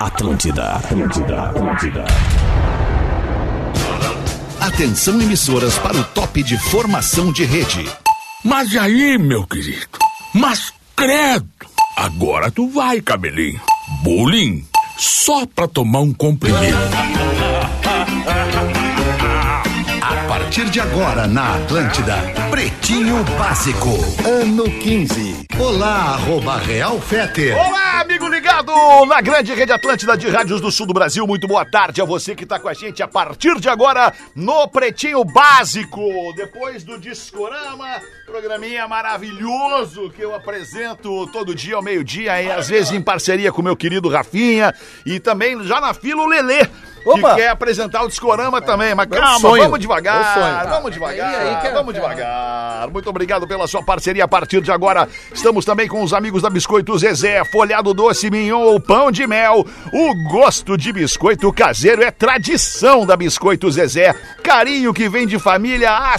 Atlântida, Atlântida, Atlântida. Atenção emissoras para o top de formação de rede. Mas aí, meu querido, mas credo, agora tu vai, cabelinho. Bullying, só pra tomar um comprimido. A partir de agora na Atlântida, Pretinho Básico, ano 15. Olá, arroba Real Feter. Olá, amigo ligado na grande rede Atlântida de rádios do sul do Brasil. Muito boa tarde a você que está com a gente a partir de agora no Pretinho Básico. Depois do Discorama, programinha maravilhoso que eu apresento todo dia ao meio-dia e às vezes em parceria com meu querido Rafinha e também já na fila o Lelê. Opa! Que quer apresentar o Discorama também, mas Meu calma, sonho. vamos devagar, Meu sonho. vamos devagar, Aí, aí que é- vamos devagar. Muito obrigado pela sua parceria. A partir de agora, estamos também com os amigos da Biscoito Zezé, Folhado Doce, Mignon ou Pão de Mel. O gosto de biscoito caseiro é tradição da Biscoito Zezé. Carinho que vem de família há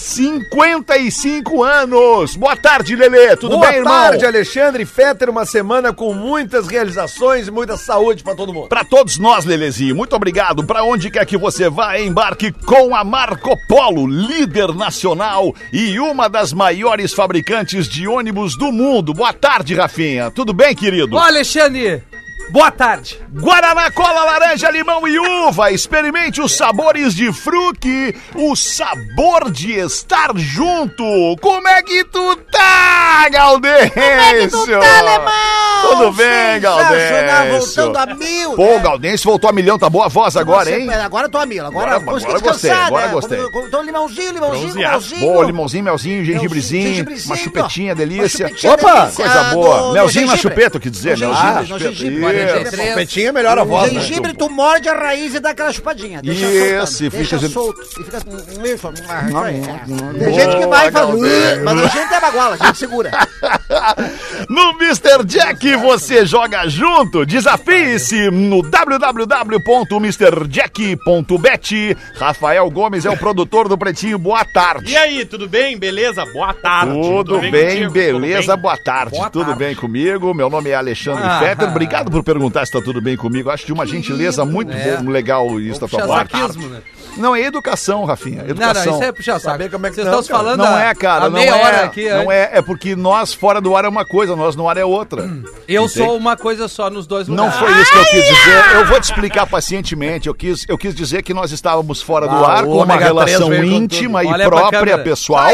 55 anos. Boa tarde, Lelê. Tudo Boa bem, irmão? tarde, Alexandre Fetter. Uma semana com muitas realizações e muita saúde pra todo mundo. Pra todos nós, Lelezinho, muito obrigado. Pra onde quer que você vá, embarque com a Marco Polo, líder nacional e uma das maiores fabricantes de ônibus do mundo. Boa tarde, Rafinha. Tudo bem, querido? Ó, Alexandre, boa tarde. Guaraná, cola, laranja, limão e uva. Experimente os sabores de fruque, o sabor de estar junto. Como é que tu tá, Galdêncio? Como é que tu tá, alemão? Tudo bem, Sensacional, Galdêncio? voltando a mil. Pô, o né? Galdêncio voltou a milhão, tá boa a voz agora, hein? Sempre- Agora eu tô a mil. Agora, Agora- consegui agora eu gostei, descansar, agora né? eu gostei. Como- como- Então, limãozinho, limãozinho, limãozinho. É Boa, limãozinho, melzinho, gengibrezinho, gengibrezinho, uma chupetinha, ó. delícia. Uma chupetinha Opa, delícia coisa do- boa. do Melzinho na gengibre. chupeta, quer dizer, No né? gengibre, Ah, no chupeta. gengibre. Isso. Gengibre é bom. Petinha melhora a voz, né? Gengibre, tu morde a raiz e dá aquela chupadinha. Deixa Isso, soltando, fica deixa assim- solto. E fica assim, hum, isso, hum, ah, isso aí, é. Tem gente que vai e faz... "Uh", Mas a gente é baguala, a gente segura. No Mr. Jack você joga junto. Desafie-se no www.mrjack.bet. Rafael Gomes é o produtor do Pretinho. Boa tarde. E aí, tudo bem? Beleza? Boa tarde. Tudo bem, contigo? beleza? Tudo Boa tarde. tudo bem comigo? Meu nome é Alexandre Ah. Fetter. Obrigado por perguntar se tá tudo bem comigo. Acho de uma gentileza muito É. bom, legal isso da tua parte. Chazaquismo, né? Não, é educação, Rafinha. Não, Educação. não, isso é puxar saco. Saber como é que Vocês não, estão se cara. falando Não há- é, cara, há não meia é. hora aqui. não antes. é, é porque nós fora do ar é uma coisa, nós no ar é outra. Eu sou uma coisa só nos dois Não lugares. foi isso que eu quis dizer. Eu vou te explicar pacientemente. Eu quis, eu quis dizer que nós estávamos fora do Ah, ar o com uma ômega três relação veio com íntima tudo. e Olha pra própria câmera. pessoal.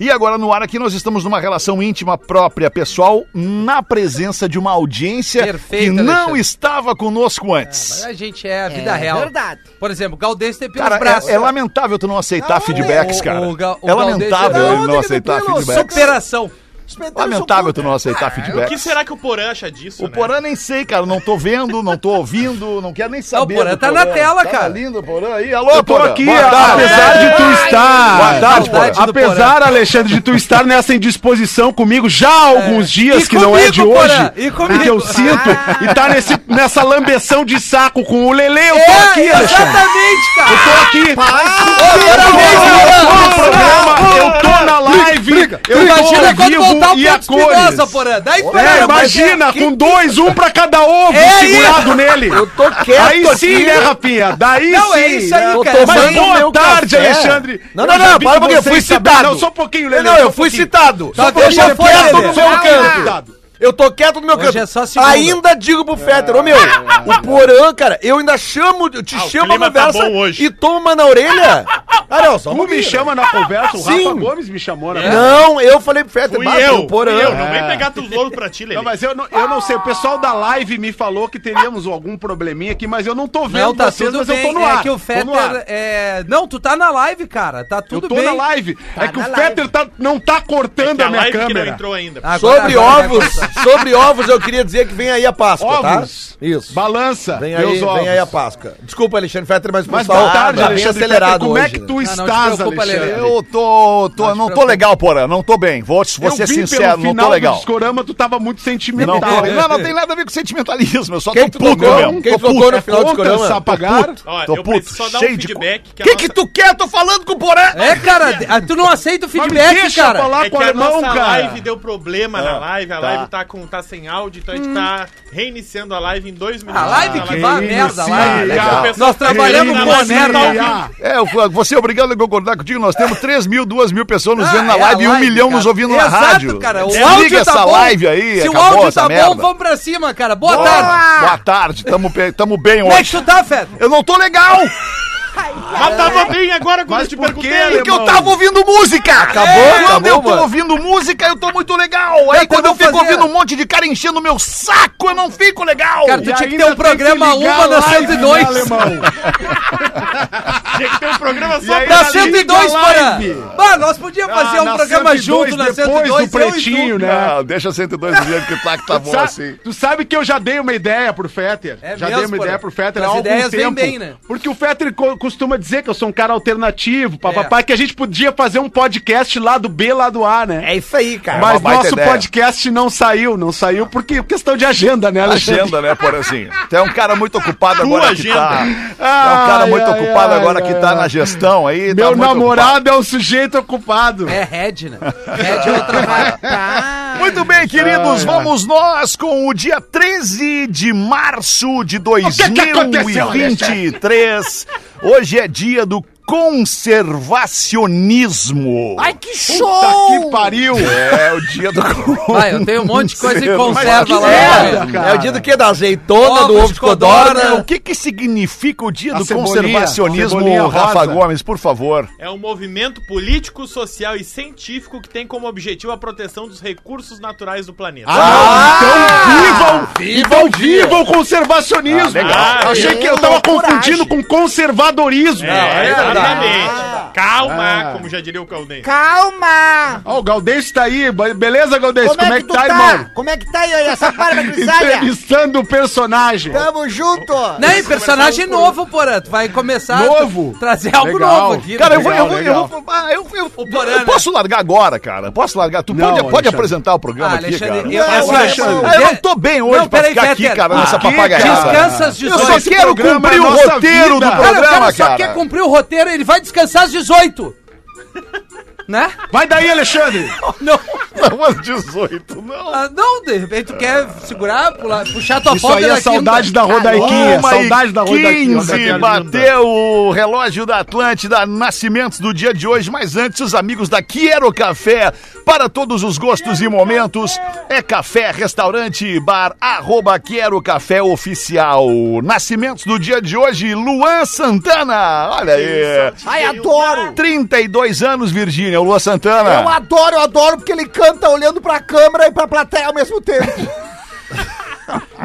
E agora no ar aqui nós estamos numa relação íntima própria pessoal na presença de uma audiência que Perfeito, não Alexandre. estava conosco Mas antes. a gente é a vida É real. verdade. Por exemplo, Galdêncio tem pelos Cara, braços. né? é, é lamentável tu não aceitar feedbacks, o- cara. o Ga- o é Galdêncio- lamentável Não, ele não tem que aceitar tranquilo, feedbacks. Superação. Lamentável tu não aceitar feedbacks. Ah, O que será que o Porã acha disso? O né? Porã nem sei, cara. Não tô vendo, não tô ouvindo, não quero nem saber. Porã do tá na tela, Tá cara. lindo, Porã. Aí, alô, Eu tô Porã. aqui, Boa a- tarde. apesar de tu estar. Boa tarde, Saudade Porã. Ah, do Apesar, Alexandre, de tu estar nessa indisposição comigo já há alguns dias, E que não é de comigo, hoje, Porã, e comigo. Ah, que eu sinto, e tá nesse, nessa lambeção de saco com o Lele, eu tô É, aqui, Alexandre. exatamente, cara. Eu tô aqui. Eu tô no programa, eu tô na live, eu tô Imagina ao quando voltar vivo o e a Ponte Espinosa, cores. Porã. Daí É, ferra, mas é- imagina, com dois, um pra cada ovo É segurado nele. Eu tô quieto Aí sim, aqui. né, Rafinha? Daí Não, sim. né? é isso aí, eu cara. tô Mas Mas Tomando boa meu tarde, café. Alexandre. Não, não, Eu não, já vi para que porque eu vocês fui sabem- citado. Não, só um pouquinho, Lelê. Não, só eu um fui pouquinho. citado. Só Só que eu deixa tô fora quieto ele. no meu Calma. canto. Eu tô quieto no meu Hoje canto. é só segunda. Ainda digo pro Fetter, ô meu, Ah. o Porã, cara, eu ainda chamo, eu te Ah, o chamo a clima tá conversa bom hoje. e toma na orelha. Ah, não, só um Tu me pouquinho. chama na conversa, o Rafa Sim. Gomes me chamou na conversa. Não, eu falei pro Fetter, Fui "Bah, eu, o Porã. fui eu. Não É. vem pegar teus louros pra ti, Lelê. Não, mas eu não, eu não sei, o pessoal da live me falou que teríamos algum probleminha aqui, mas eu não tô vendo Não, tá vocês, tudo mas bem. eu tô no ar. é que o tô no ar. Fetter é... Não, tu tá na live, cara. Tá tudo eu tô bem. na live. é que o na Fetter tá, não tá cortando É Que a a minha live que não câmera. entrou ainda. Agora- é Sobre agora vai ovos, começar. sobre ovos eu queria dizer que vem aí a Páscoa, tá? Ovos. Isso. Balança. Vem meus aí, ovos. vem aí a Páscoa. Desculpa, Alexandre Fetter, mas o Mas pessoal boa tarde, tá bem Alexandre. acelerado como é hoje, que né? tu Não, não te estás, preocupa, Lelê. Alexandre? Eu tô, tô, Não te não tô preocupe. legal, Porã. Não tô bem. Vou, te- vou Eu ser vi sincero, pelo não final tô do legal. discorama, tu tava muito Não, sentimental. tô, não, não tem nada a ver com sentimentalismo. Eu só Quem tu tô puto, tocou? tá meu. Quem Tô tu tocou puto. no final do Contra discorama? essa pagar. Tô Ó, Tô eu puto, preciso só dar um cheio de... feedback. que, que tu quer? Tô falando com o Porã. É, cara, de- ah, tu não aceita o Mas me feedback, deixa cara. falar É com que o a alemão, nossa cara. live deu problema na live, a live tá tá, com, tá sem áudio, então a gente tá reiniciando a live em dois minutos. A live que vai merda, a Ah, live. legal. Pessoal, Nós trabalhamos na com live tá merda. ouvindo. Ah, É, eu fui- você é obrigado a concordar contigo. Nós temos 3 mil, 2 mil pessoas nos Ah, vendo na é a live e 1 live, milhão cara. nos ouvindo na Exato, rádio. cara. O Desliga áudio essa tá bom. live aí. Se o acabou áudio essa tá merda. bom, vamos pra cima, cara. Boa tarde. Boa tarde, tamo, pe- tamo bem Como é que hoje. tu tá, Fed? Eu não tô legal! é Mas tava bem agora quando eu te por perguntei. quê, alemão? Porque eu tava ouvindo música! Acabou, Quando acabou, eu tô mano. ouvindo música, eu tô muito legal! Aí Mas quando eu vamos fico fazer- ouvindo um monte de cara enchendo meu saco, eu não fico legal! Cara, tu e tinha que ter ainda um tem programa ligar uma na a live, 102. né, alemão? Tinha que ter um programa só Na pra live. 102, liga a para! live. Mano, nós podíamos fazer Ah, um na programa 102, junto na 102. Depois do eu e tu. pretinho, né? Não, deixa 102 do jeito que tá, que tá bom Sa- assim. Tu sabe que eu já dei uma ideia pro Fetter. É já mesmo, dei uma Porã? ideia pro Fetter há As algum ideias vêm tempo. bem, né? Porque o Fetter co- costuma dizer que eu sou um cara alternativo, papapá, É. que a gente podia fazer um podcast lá do B, lá do A, né? É isso aí, cara. Mas baita nosso ideia. podcast não saiu, não saiu porque questão de agenda, né, Alexandre? Agenda, né, Porazinho? Tu é um cara muito ocupado agora Tua que tá. agenda. Tu é um cara Ai, muito ai, ocupado ai, agora que ai, tá ai. na gestão aí. tá Meu muito ocupado. namorado é um sujeito ocupado. É Red, né? Red é outra vibe. Muito bem, queridos, vamos nós com o dia 13 de março de que que aconteceu, 2023. Hoje é dia do conservacionismo. Ai, que Puta show! que pariu! É o dia do Vai, eu tenho um monte de coisa em Mas que conserva lá. é né? merda, velho. cara. É o dia do quê? Da azeitona, do Ovos ovo de codorna. O que que significa o dia A do cebolinha, conservacionismo, cebolinha rosa. Rafa Gomes, por favor? É um movimento político, social e científico que tem como objetivo a proteção dos recursos naturais do planeta. Ah, então vivam, vivam, dia. vivam o conservacionismo. Ah, legal. Eu achei que eu tava confundindo com conservadorismo. É, exatamente. Calma, como já diria o Caldense. Calma! Ó, o Galdês tá aí. Be- Beleza, Galdês? Como, Como, é que tu tá, irmão? Como é que tá aí essa barba grisalha? Entrevistando o personagem. Tamo junto! Não, e personagem novo, Porã. Tu vai começar Novo? a trazer algo Legal. novo aqui. né? Cara, eu vou, Legal, eu vou, eu legal. vou, ah, eu, eu- O Porã, eu né? posso largar agora, cara. Posso largar. Tu Não, pode, pode Alexandre. apresentar o programa Ah, aqui, cara. Alexandre, eu, Não, eu, Alexandre. Ah, eu não tô bem hoje Não, pra peraí, ficar aqui, Fetter. cara, nessa Aqui, papagaiada. cara. Descansa às Eu 18. só Esse quero programa cumprir é o nossa roteiro vida. do Cara, Cara, o programa, cara só cara. quer cumprir o roteiro, ele vai descansar às 18. Né? Vai daí, Alexandre. Não, Não, às 18, não. ah, não, de repente tu quer segurar, pular, puxar tua Isso aí é na saudade quinta. da Uma Rodaiquinha. e Saudade da Rodaiquinha. 15 bateu o relógio da Atlântida, nascimentos do dia de hoje, mas antes os amigos da Quiero Café, para todos os gostos e momentos, é café, restaurante, e bar, arroba Quiero Café Oficial. Nascimentos do dia de hoje, Luan Santana, olha aí. Ai, adoro! 32 anos, Virgínia, o Luan Eu Santana. adoro, eu adoro porque ele canta olhando pra câmera e pra plateia ao mesmo tempo.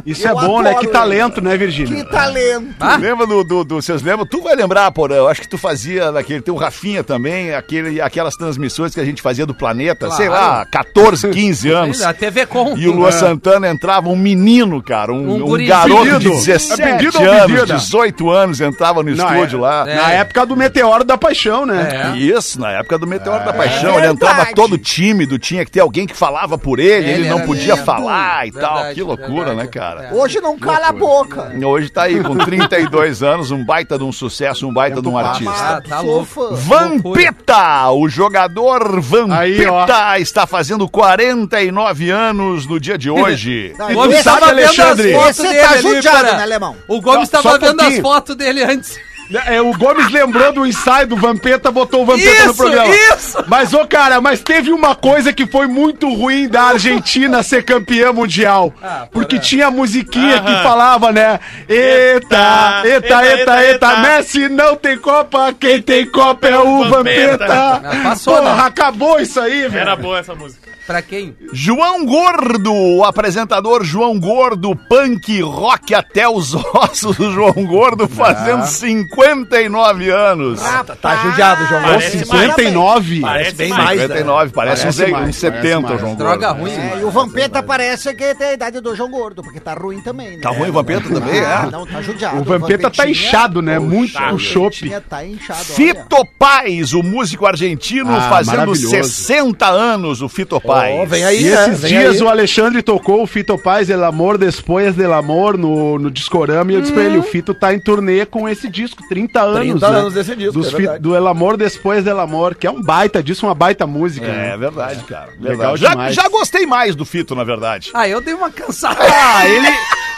Isso é Eu bom, né? adoro Que ele. talento, né, Que Virgínia? talento! Ah? Lembra do, do, do- Vocês lembram? Tu vai lembrar, Porã. Eu acho que tu fazia naquele. Tem o Rafinha também, aquele, aquelas transmissões que a gente fazia do planeta, sei lá, 14, 15 anos. A TV com. E o Luan Santana entrava um menino, cara, É. Um um, um, gurizinho. garoto de Pedido. 17 É pedido ou anos, pedida? 18 anos, entrava no Não, estúdio é- lá. Na época do Meteoro da Paixão, né? É. Isso, na época do Meteoro da Paixão, ele verdade. entrava todo tímido, tinha que ter alguém que falava por ele, ele, Ele não era podia lindo. falar e tal. Verdade, Que loucura, verdade. né, cara? É. Hoje não cala a boca. Hoje tá aí com 32 anos, um baita de um sucesso, um baita de um artista. Ah, tá Sou louco. fã. Vampeta, o jogador Vampeta está fazendo 49 anos no dia de hoje. Não, E O tu Gomes esse- sabe, tava vendo as Alexandre? fotos Você dele tá ali, judiado, cara. né, Alemão? O Gomes Só- só tava um vendo as pouquinho. fotos dele antes. É, o Gomes lembrou do ensaio do Vampeta, botou o Vampeta no Isso, programa. isso! Mas, ô cara, mas teve uma coisa que foi muito ruim da Argentina ser campeã mundial. Ah, porque porra. tinha a musiquinha Aham. que falava, né? Eita, Eita, eita, eita, eita, eita, eita. Messi não tem Copa, quem tem Copa é o Vampeta. Vampeta. Ah, passou, Porra, né? acabou isso aí, velho. Era boa essa música. Pra quem? João Gordo, o apresentador João Gordo, punk rock até os ossos do João Gordo, Ah. fazendo 59 anos. Tá judiado, João. Ou Parece mais. 59. Parece bem mais. mais. né? 59, é. parece, Parece uns, mais, uns 70, parece mais. João Gordo. Droga ruim. É, mano. e o Vampeta parece que tem a idade do João Gordo, porque tá ruim também, né? Tá ruim o Vampeta também, Ah, é? não, tá judiado. O Vampeta tá Vampetinha- inchado, né? Muito o chope. Vampeta Tá inchado, olha. Fito Paz, o músico argentino, Ah, fazendo maravilhoso. 60 anos. O Fito Paz. vem aí, E né? esses Vem dias aí. o Alexandre tocou o Fito Paz, El Amor Depois Del Amor, no, no Discorama, e eu disse pra ele, o Fito tá em turnê com esse disco, 30 anos, né? 30 anos desse disco, Dos é fi- verdade. do El Amor Depois Del Amor, que é um baita disco, uma baita música. É né? verdade, cara. Legal Verdade. Já, demais. já gostei mais do Fito, na verdade. Ah, eu dei uma cansada. Ah, ele...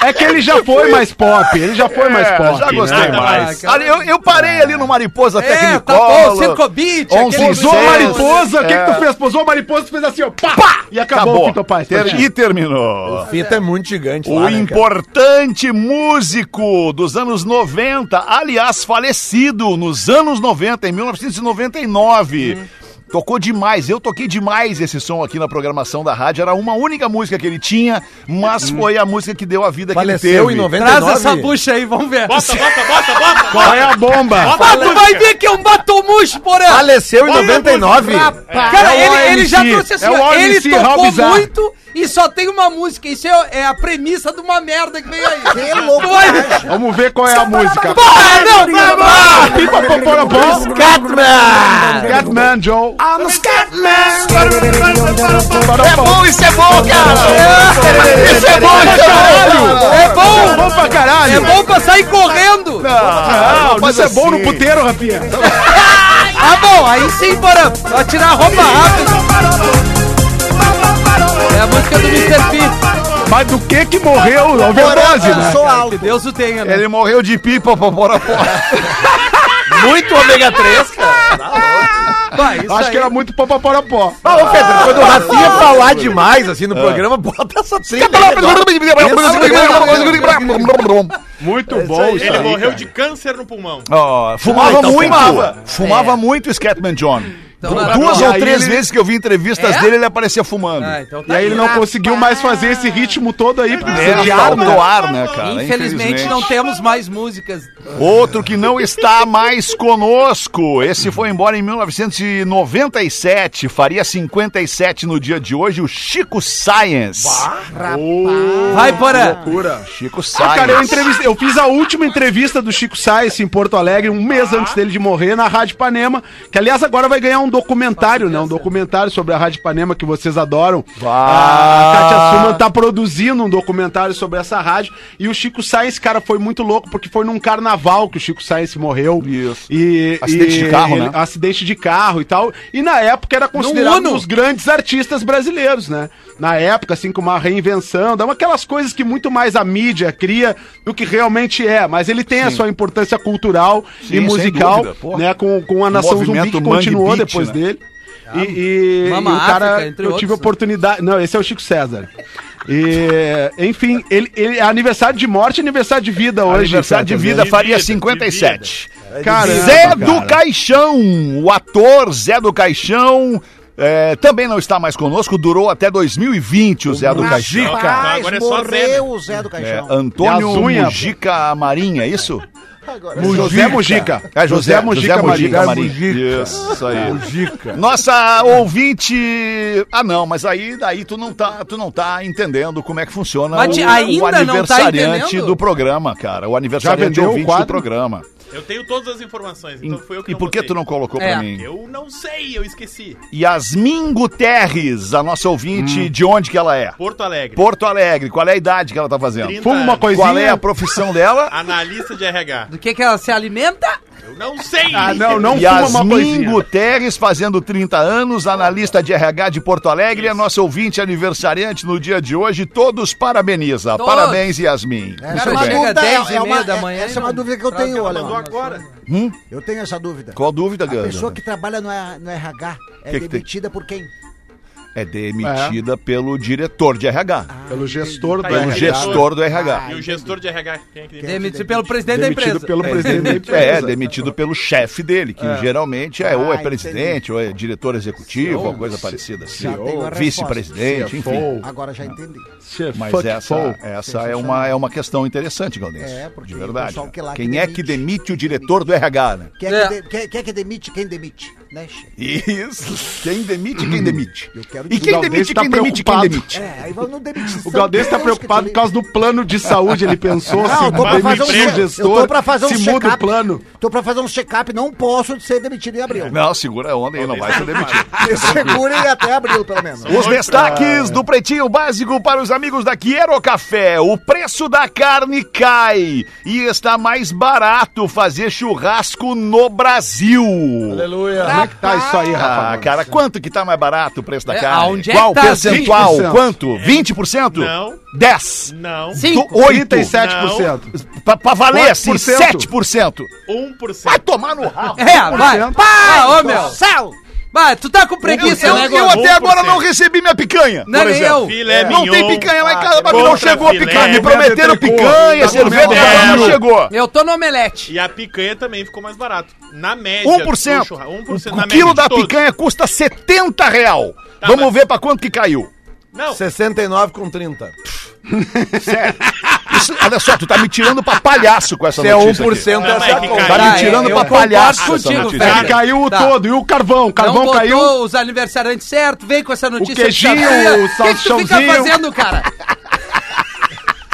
É que ele já foi mais pop, ele já foi mais É, pop. já gostei né? mais. Ah, cara. Ali, eu, eu parei ali no Mariposa É, Tecnicola. tá bom, Cercobit, Onze aquele... Posou a Sim. mariposa, o que, que tu fez? Posou a mariposa, tu fez assim, ó, É. pá, e acabou, Acabou. o Fito Paz. tá Ter- ligado? e terminou. Fita é muito gigante. O lá, né, cara? importante músico dos anos 90, aliás, falecido nos anos 90, em 1999. Tocou demais, eu toquei demais esse som aqui na programação da rádio. Era uma única música que ele tinha, mas foi a música que deu a vida que ele Faleceu teve. em 99. Traz essa bucha aí, vamos ver. Bota, bota, bota, bota. Qual é a bomba? Ah, tu vai ver que é um batomucho, porém. Faleceu em 99? Cara, É o ele, ele já OMC, trouxe assim, é o ó, ele OMC, tocou Raul Bizarro. muito e só tem uma música. Isso é, é a premissa de uma merda que veio aí. Que né? louco, Vai- Vamos ver qual é a música. Ah, não, não, não. Pipa Poporobó, Catman! Catman Joe. É bom, isso é bom, cara! Isso é bom, caralho! É bom, Bom pra caralho! é bom pra sair correndo. Ah, mas isso é bom no assim- puteiro, rapinha. Ah, bom, aí sim, porã. Vai tirar a roupa rápido. É a música do Mr. P. Ah, Mas do que que morreu? Overdose, né? Sou alto. Que Deus o tenha, né? Ele morreu de pipa, popora, porra. Muito ômega 3, cara. Vai, isso Acho que era muito popaporapó. Ah, ô, Pedro, quando o Rafinha falar demais assim no programa, bota essa trilha. Muito bom isso Ele aí, morreu cara. de câncer no pulmão. Ó, fumava Ah, então muito. Fumava, fumava. muito o Scatman John. Então, Du- era Duas bom. ou E aí três ele- vezes que eu vi entrevistas É? dele, ele aparecia fumando. Ah, então E tá aí ele não conseguiu mais fazer esse ritmo todo aí, porque É, precisa de ar, falta né? o ar, né, cara? Infelizmente não tá. temos mais músicas. Outro que não está mais conosco. Esse foi embora em 1997. Faria 57 no dia de hoje, o Chico Science. Vai, Porã. Chico Science. Ah, cara, eu, entrevistei- eu fiz a última entrevista do Chico Sainz em Porto Alegre, um mês antes dele de morrer, na Rádio Panema. Que, aliás, agora vai ganhar um documentário, né? Um documentário sobre a Rádio Panema que vocês adoram. Ah. A Kátia Suman tá produzindo um documentário sobre essa rádio. E o Chico Sainz, cara, foi muito louco, porque foi num carnaval que o Chico Sainz morreu. Isso. E, Acidente e de carro, né? Acidente de carro e tal. E na época era considerado Uno? um dos grandes artistas brasileiros, né? Na época, assim, com uma reinvenção, dá uma- aquelas coisas que muito mais a mídia cria do que realmente é. Mas ele tem a sua importância cultural Sim, e sem musical, dúvida, pô. né? Com, com a nação zumbi movimento que Mangue continuou Beat, depois né? dele. E, e- Mama e o cara, África, entre eu outros, tive né? a oportunidade. Não, esse é o Chico César. E, enfim, ele, ele é aniversário de morte e aniversário de vida hoje. Aniversário de cara, tá vida, vendo? faria De vida, 57. Cara, é Zé cara. do Caixão, o ator Zé do Caixão. é, também não está mais conosco, durou até 2020 o Zé do Caixão. Tá, Rapaz, agora é só Zé, né? morreu o Zé do É, Caixão. Antônio E as unhas, Mujica Marinha, é isso? Agora, José Mujica. É José, Mujica, Mujica Maria. Marinho. Isso aí. Nossa ouvinte. Ah, não, mas aí daí tu não tá, tu não tá entendendo como é que funciona Mas o, te- o ainda não tá aniversariante entendendo? do programa, cara. O aniversariante vendeu o ouvinte do quadro? programa. Eu tenho todas as informações, então foi eu que e por que botei. tu não colocou É. pra mim? Eu não sei, eu esqueci. Yasmin Guterres, a nossa ouvinte, Hum. de onde que ela é? Porto Alegre. Porto Alegre, qual é a idade que ela tá fazendo? 30 Fuma uma anos. coisinha. Qual é a profissão dela? Analista de RH. Do que que ela se alimenta? Eu não sei. Ah, não, não fuma uma Yasmin coisinha. Guterres, fazendo 30 anos, analista de RH de Porto Alegre, é nossa ouvinte aniversariante no dia de hoje. Todos parabeniza. Todos. Parabéns, Yasmin. Essa é Cara, uma chega dúvida, dez e é, é uma, meia da é- manhã essa e é uma não dúvida que eu traz tenho, ela olha. mandou agora. Eu tenho essa dúvida. Qual dúvida, A Gandra? pessoa que trabalha no, no RH é Que que tem? demitida por quem? É demitida pelo diretor de Ah, RH. Pelo gestor do Tá aí, pelo RH, gestor do RH. E o gestor de RH, quem é que demite? Demitido pelo presidente da Demitido empresa. pelo presidente da Demitido- empresa. É, demitido pelo chefe dele, que geralmente é ou é Ah, presidente, ou é diretor executivo, ou coisa parecida assim. Já tenho a resposta. Vice-presidente, enfim. Pô, Agora já entendi. chef, Mas fuck, essa, pô. essa é, uma, é uma questão interessante, Galdense. É, porque de o verdade. pessoal que lá Quem que é que demite. demite o diretor do RH, né? Quem é, É. Que de- quem- quem é que demite? Quem demite? né, Che? Isso. Quem demite, quem demite. Eu quero E dizer- quem O Galdês demite, tá quem demite, quem preocupado. demite. É, aí vamos no demitição. O Galdês tá Deus preocupado É, que por te livre. causa do plano de saúde, ele pensou assim, Não, eu tô pra fazer um demitir check- eu tô pra fazer um se muda o check-up. plano. Tô pra fazer um check-up, não posso ser demitido em abril. Não, segura a onda aí, não vai ser demitido. Segurem até abril, pelo menos. Os destaques do Pretinho Básico para os amigos da Quiero Café. O preço da carne cai e está mais barato fazer churrasco no Brasil. Como é que tá isso aí, Ah, Rafa? cara, quanto que tá mais barato o preço da É, carne? aonde é Qual que tá? percentual? 20%. Quanto? 20%? Não. 10. Não. Do Cinco. 8. 37%. Pra, pra valer, assim, 7%. 4%. 1%. Vai tomar no rabo. É, vai. 1%. Pá, ô meu. Sal! Vai, tu tá com preguiça, Eu, né, eu Gordo? até agora 1%. não recebi minha picanha. Não, é por nem exemplo. eu. Filé Não É mignon. tem picanha lá em casa, pra mim não Contra chegou a filé. né? picanha. Me prometeram Entrecô. picanha, Tá cerveja, comendo pra mim não belo. chegou. Eu tô no omelete. E a picanha também ficou mais barato. Na média. 1%. do churra- 1% O, na o Um quilo média da de todos. picanha custa 70 real. Tá, Vamos mas- ver pra quanto que caiu. Não, 69 com 30. Sério. Isso- olha só, tu tá me tirando pra palhaço com essa Se é um notícia aqui. 1% Não, mas dessa que conta. Tá Ah, me é, tirando eu pra concordo palhaço essa contigo, notícia. É velho. que caiu o Tá. todo. E o carvão? O Não carvão botou caiu. os aniversariantes certo, vem com essa notícia. de queijinho, safadeza. o O que que tu fica salsichãozinho. fazendo, cara?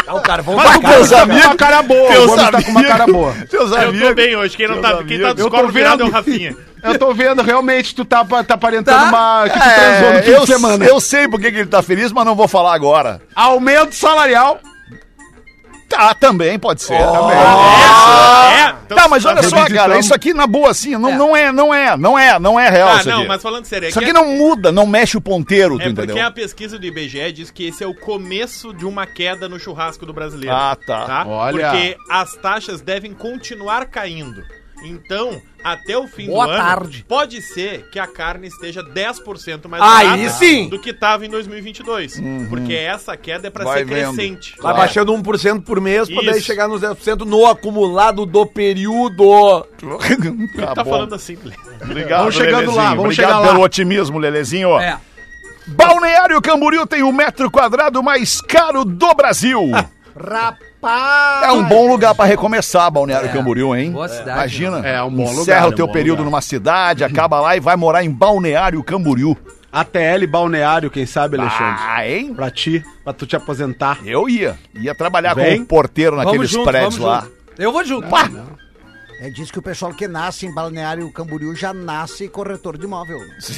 Ah, o carvão Mas tá o caro. Deus Gomes tá com amigo. uma cara boa. Teus O Gomes tá com uma amigos. cara boa. Teus eu amigos. tô bem hoje. Quem não tá, quem tá amigos. dos Eu tô corpos virado é o vendo. Rafinha. Eu tô vendo realmente tu tá, tá aparentando Tá. uma. que tu transou no É, fim eu, de semana. eu sei porque que ele tá feliz, mas não vou falar agora. Aumento salarial. Tá, também pode ser. Oh, também. É, então- Tá, mas olha só, revisitamos. cara, isso aqui na boa, assim, não É. é, não é, não é, não é, não é real Ah, isso não, aqui. mas falando sério, é Isso que aqui é- não muda, não mexe o ponteiro, tu É porque entendeu? a pesquisa do IBGE diz que esse é o começo de uma queda no churrasco do brasileiro. Ah, tá. Olha. Porque as taxas devem continuar caindo. Então, até o fim Boa do ano, tarde. pode ser que a carne esteja 10% mais Aí barata sim. do que estava em 2022. Uhum. Porque essa queda é pra Vai ser vendo. crescente. Vai baixando 1% por mês pra daí Isso. chegar nos 10% no acumulado do período. Tá, é tá bom. falando assim, Lê. Obrigado, Vamos chegando Lelezinho. lá, vamos Obrigado chegar lá. pelo otimismo, Lelezinho. É. Balneário Camboriú tem o metro quadrado mais caro do Brasil. Rapaz! É um bom lugar pra recomeçar, Balneário Camboriú, hein? Boa cidade, Imagina. É, é um bom lugar, Encerra o é um teu bom período lugar. numa cidade, acaba lá e vai morar em Balneário Camboriú. ATL balneário, quem sabe, Alexandre? Ah, hein? Pra ti, pra tu te aposentar. Eu ia. Ia trabalhar Vem. como porteiro naqueles junto, prédios vamos lá. junto. Eu vou junto. Ah, Pá! É, diz que o pessoal que nasce em Balneário Camboriú já nasce corretor de imóvel.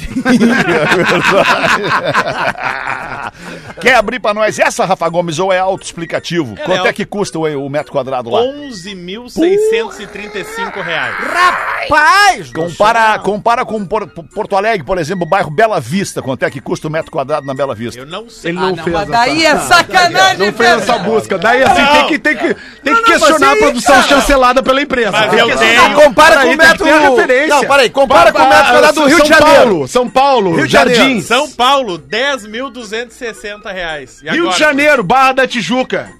Quer abrir pra nós essa, Rafa Gomes, ou é autoexplicativo? É, Quanto é é que custa o, o metro quadrado lá? 11.635 reais. Rapaz! do Compara, céu. compara com Por- Porto Alegre, por exemplo, o bairro Bela Vista. Quanto é que custa o metro quadrado na Bela Vista? Eu não sei. Ele Ah, não, não, fez mas essa. daí é sacanagem, Não fez essa velho. busca. Daí assim, Não. tem que, tem que, tem Não, que não, questionar mas a aí, produção cara. chancelada pela imprensa. Mas Tem eu que- tenho. Não, compara com Peraí, o metro. tem que ter referência. Não, peraí, compara com o metro quadrado do Rio de Janeiro. São Paulo, Rio de Janeiro. São Paulo, 10.260 reais. E Rio de agora? Janeiro, Barra da Tijuca.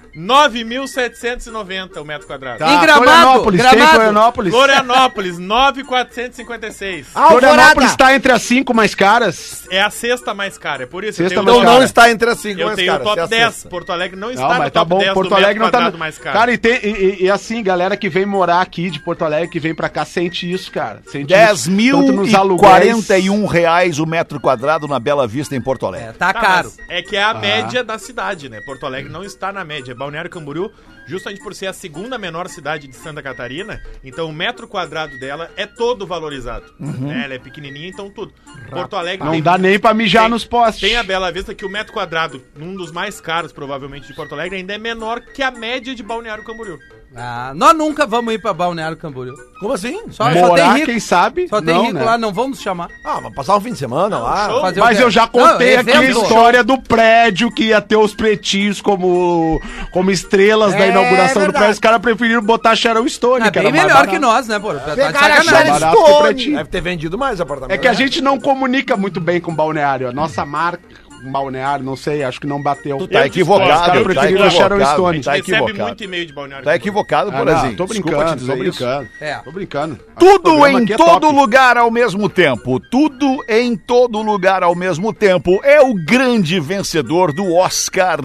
9.790 o metro quadrado. Tá. Em Gramado, Florianópolis, Gramado. tem Florianópolis. Florianópolis, 9,456. Ah. Florianópolis Alvorada! está entre as cinco mais caras. É a sexta mais cara, é por isso Sexta eu tenho, Então mais o top- cara. não está entre as 5 eu tenho o é top 10. Porto Alegre não está é Não, no top mas tá bom, 10 Porto do Alegre não metro tá. quadrado mais caro. Cara, e, tem, e, e- e assim, galera que vem morar aqui de Porto Alegre, que vem pra cá, sente isso, cara. Sente isso. Tanto nos aluguéis. 10.041 reais o metro quadrado na Bela Vista, em Porto É, Alegre. tá Tá, caro. mas É que é a Ah. média da cidade, né? Porto Alegre não está na média. Balneário Camboriú, justamente por ser a segunda menor cidade de Santa Catarina, então o metro quadrado dela é todo valorizado. né? Ela é pequenininha, então tudo. Porto Alegre Uhum. Não dá nem pra mijar tem- nos postes. Tem a Bela Vista que o metro quadrado, um dos mais caros provavelmente de Porto Alegre, ainda é menor que a média de Balneário Camboriú. Ah, nós nunca vamos ir pra Balneário Camboriú. Como assim? Só, só tem Morar, rico. quem sabe. Só tem não, rico né? lá, não vamos chamar. Ah, mas passar um fim de semana lá. show. Fazer o Mas quê? eu já contei Não, aqui a evento. história do prédio que ia ter os pretinhos como, como estrelas da É inauguração do verdade. prédio. Os caras preferiram botar Sharon Stone, É que era bem mais melhor barato. que nós, né, pô? Tá de Pegaram a sacanagem. Sharon Barato que o Stone. pretinho. Deve ter vendido mais apartamento. né? É que a gente não comunica muito bem com o balneário. A nossa marca, balneário, não sei, acho que não bateu. tá Eu equivocado, discordo, Os caras tá preferiram o Sharon equivocado, Stone. tá Recebe equivocado. muito e-mail de balneário. Tá Camboriú. equivocado, Ah, Porazinho. não, tô Desculpa brincando, te tô dizer isso. brincando. É. Tô brincando. Tudo em é todo lugar ao mesmo tempo. Tudo em todo lugar ao mesmo tempo. É o grande vencedor do Oscar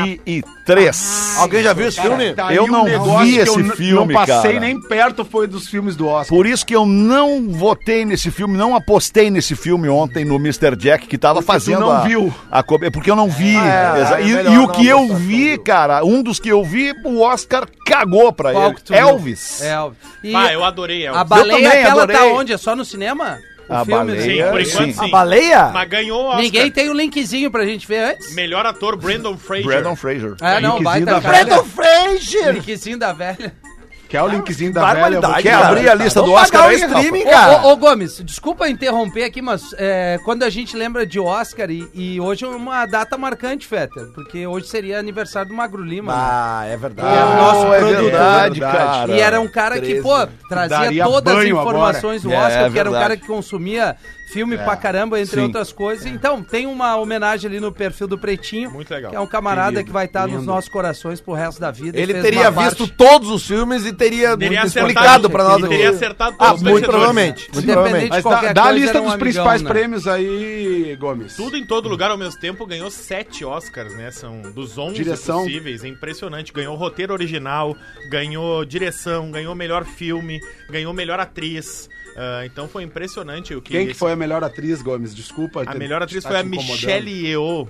2023. Alguém já viu esse filme? Tá Eu um não vi esse filme, Não passei cara. nem perto, foi dos filmes do Oscar. Por isso que eu não votei nesse filme, não apostei nesse filme ontem no Mr. Jack, que tava fazendo. não a, viu. Ah, a co- é porque eu não vi. Exa- é e, melhor e o não que eu apostar, vi, cara, um dos que eu vi, o Oscar cagou pra Qual ele. que tu viu? Elvis. É, Elvis. E Ah, eu adorei a ela. baleia, também aquela tá adorei. onde? É só no cinema? O né? A baleia, Sim, por enquanto Sim. sim. A baleia? Mas ganhou o Oscar. Ninguém tem o linkzinho pra gente ver antes? Melhor ator, Brandon Fraser. Brandon Fraser. Ah, não, vai da da velha. velha. Fraser! Linkzinho da velha. Quer o linkzinho da velha? Eu vou- Barbaridade, Quer cara. abrir a lista Vamos do Oscar pagar o aí, Rafa? streaming, Ô, cara. ô, ô, Gomes, desculpa interromper aqui, mas é, quando a gente lembra de Oscar e, e hoje é uma data marcante, Feta, porque hoje seria aniversário do Magro Lima. né? Ah, é Ah, verdade. é produtor. verdade, cara. E era um cara que, pô, trazia Daria todas as banho informações do agora. Oscar, É, que era um verdade. É. cara que consumia filme pra caramba, entre Sim. outras coisas. Então, tem uma homenagem ali no perfil do Pretinho, Muito legal. que é um camarada que vai estar nos nossos corações pro resto da vida. Ele Fez teria uma parte- visto todos os filmes e teria, Teria explicado acertado, pra nós ele teria aqui. acertado Ah, todos os muito vencedores. provavelmente. Muito Independente provavelmente. Mas de qualquer dá, dá a coisa, lista era um dos amigão, principais né? prêmios aí, Gomes. Tudo em todo lugar ao mesmo tempo ganhou sete Oscars, né? São dos 11 Direção. possíveis. É impressionante. Ganhou roteiro original, ganhou direção, ganhou melhor filme, ganhou melhor atriz. Ah, então foi impressionante o que. Quem que esse- foi a melhor atriz, Gomes? Desculpa. A ter- melhor atriz tá foi te a incomodando. Michelle Yeoh.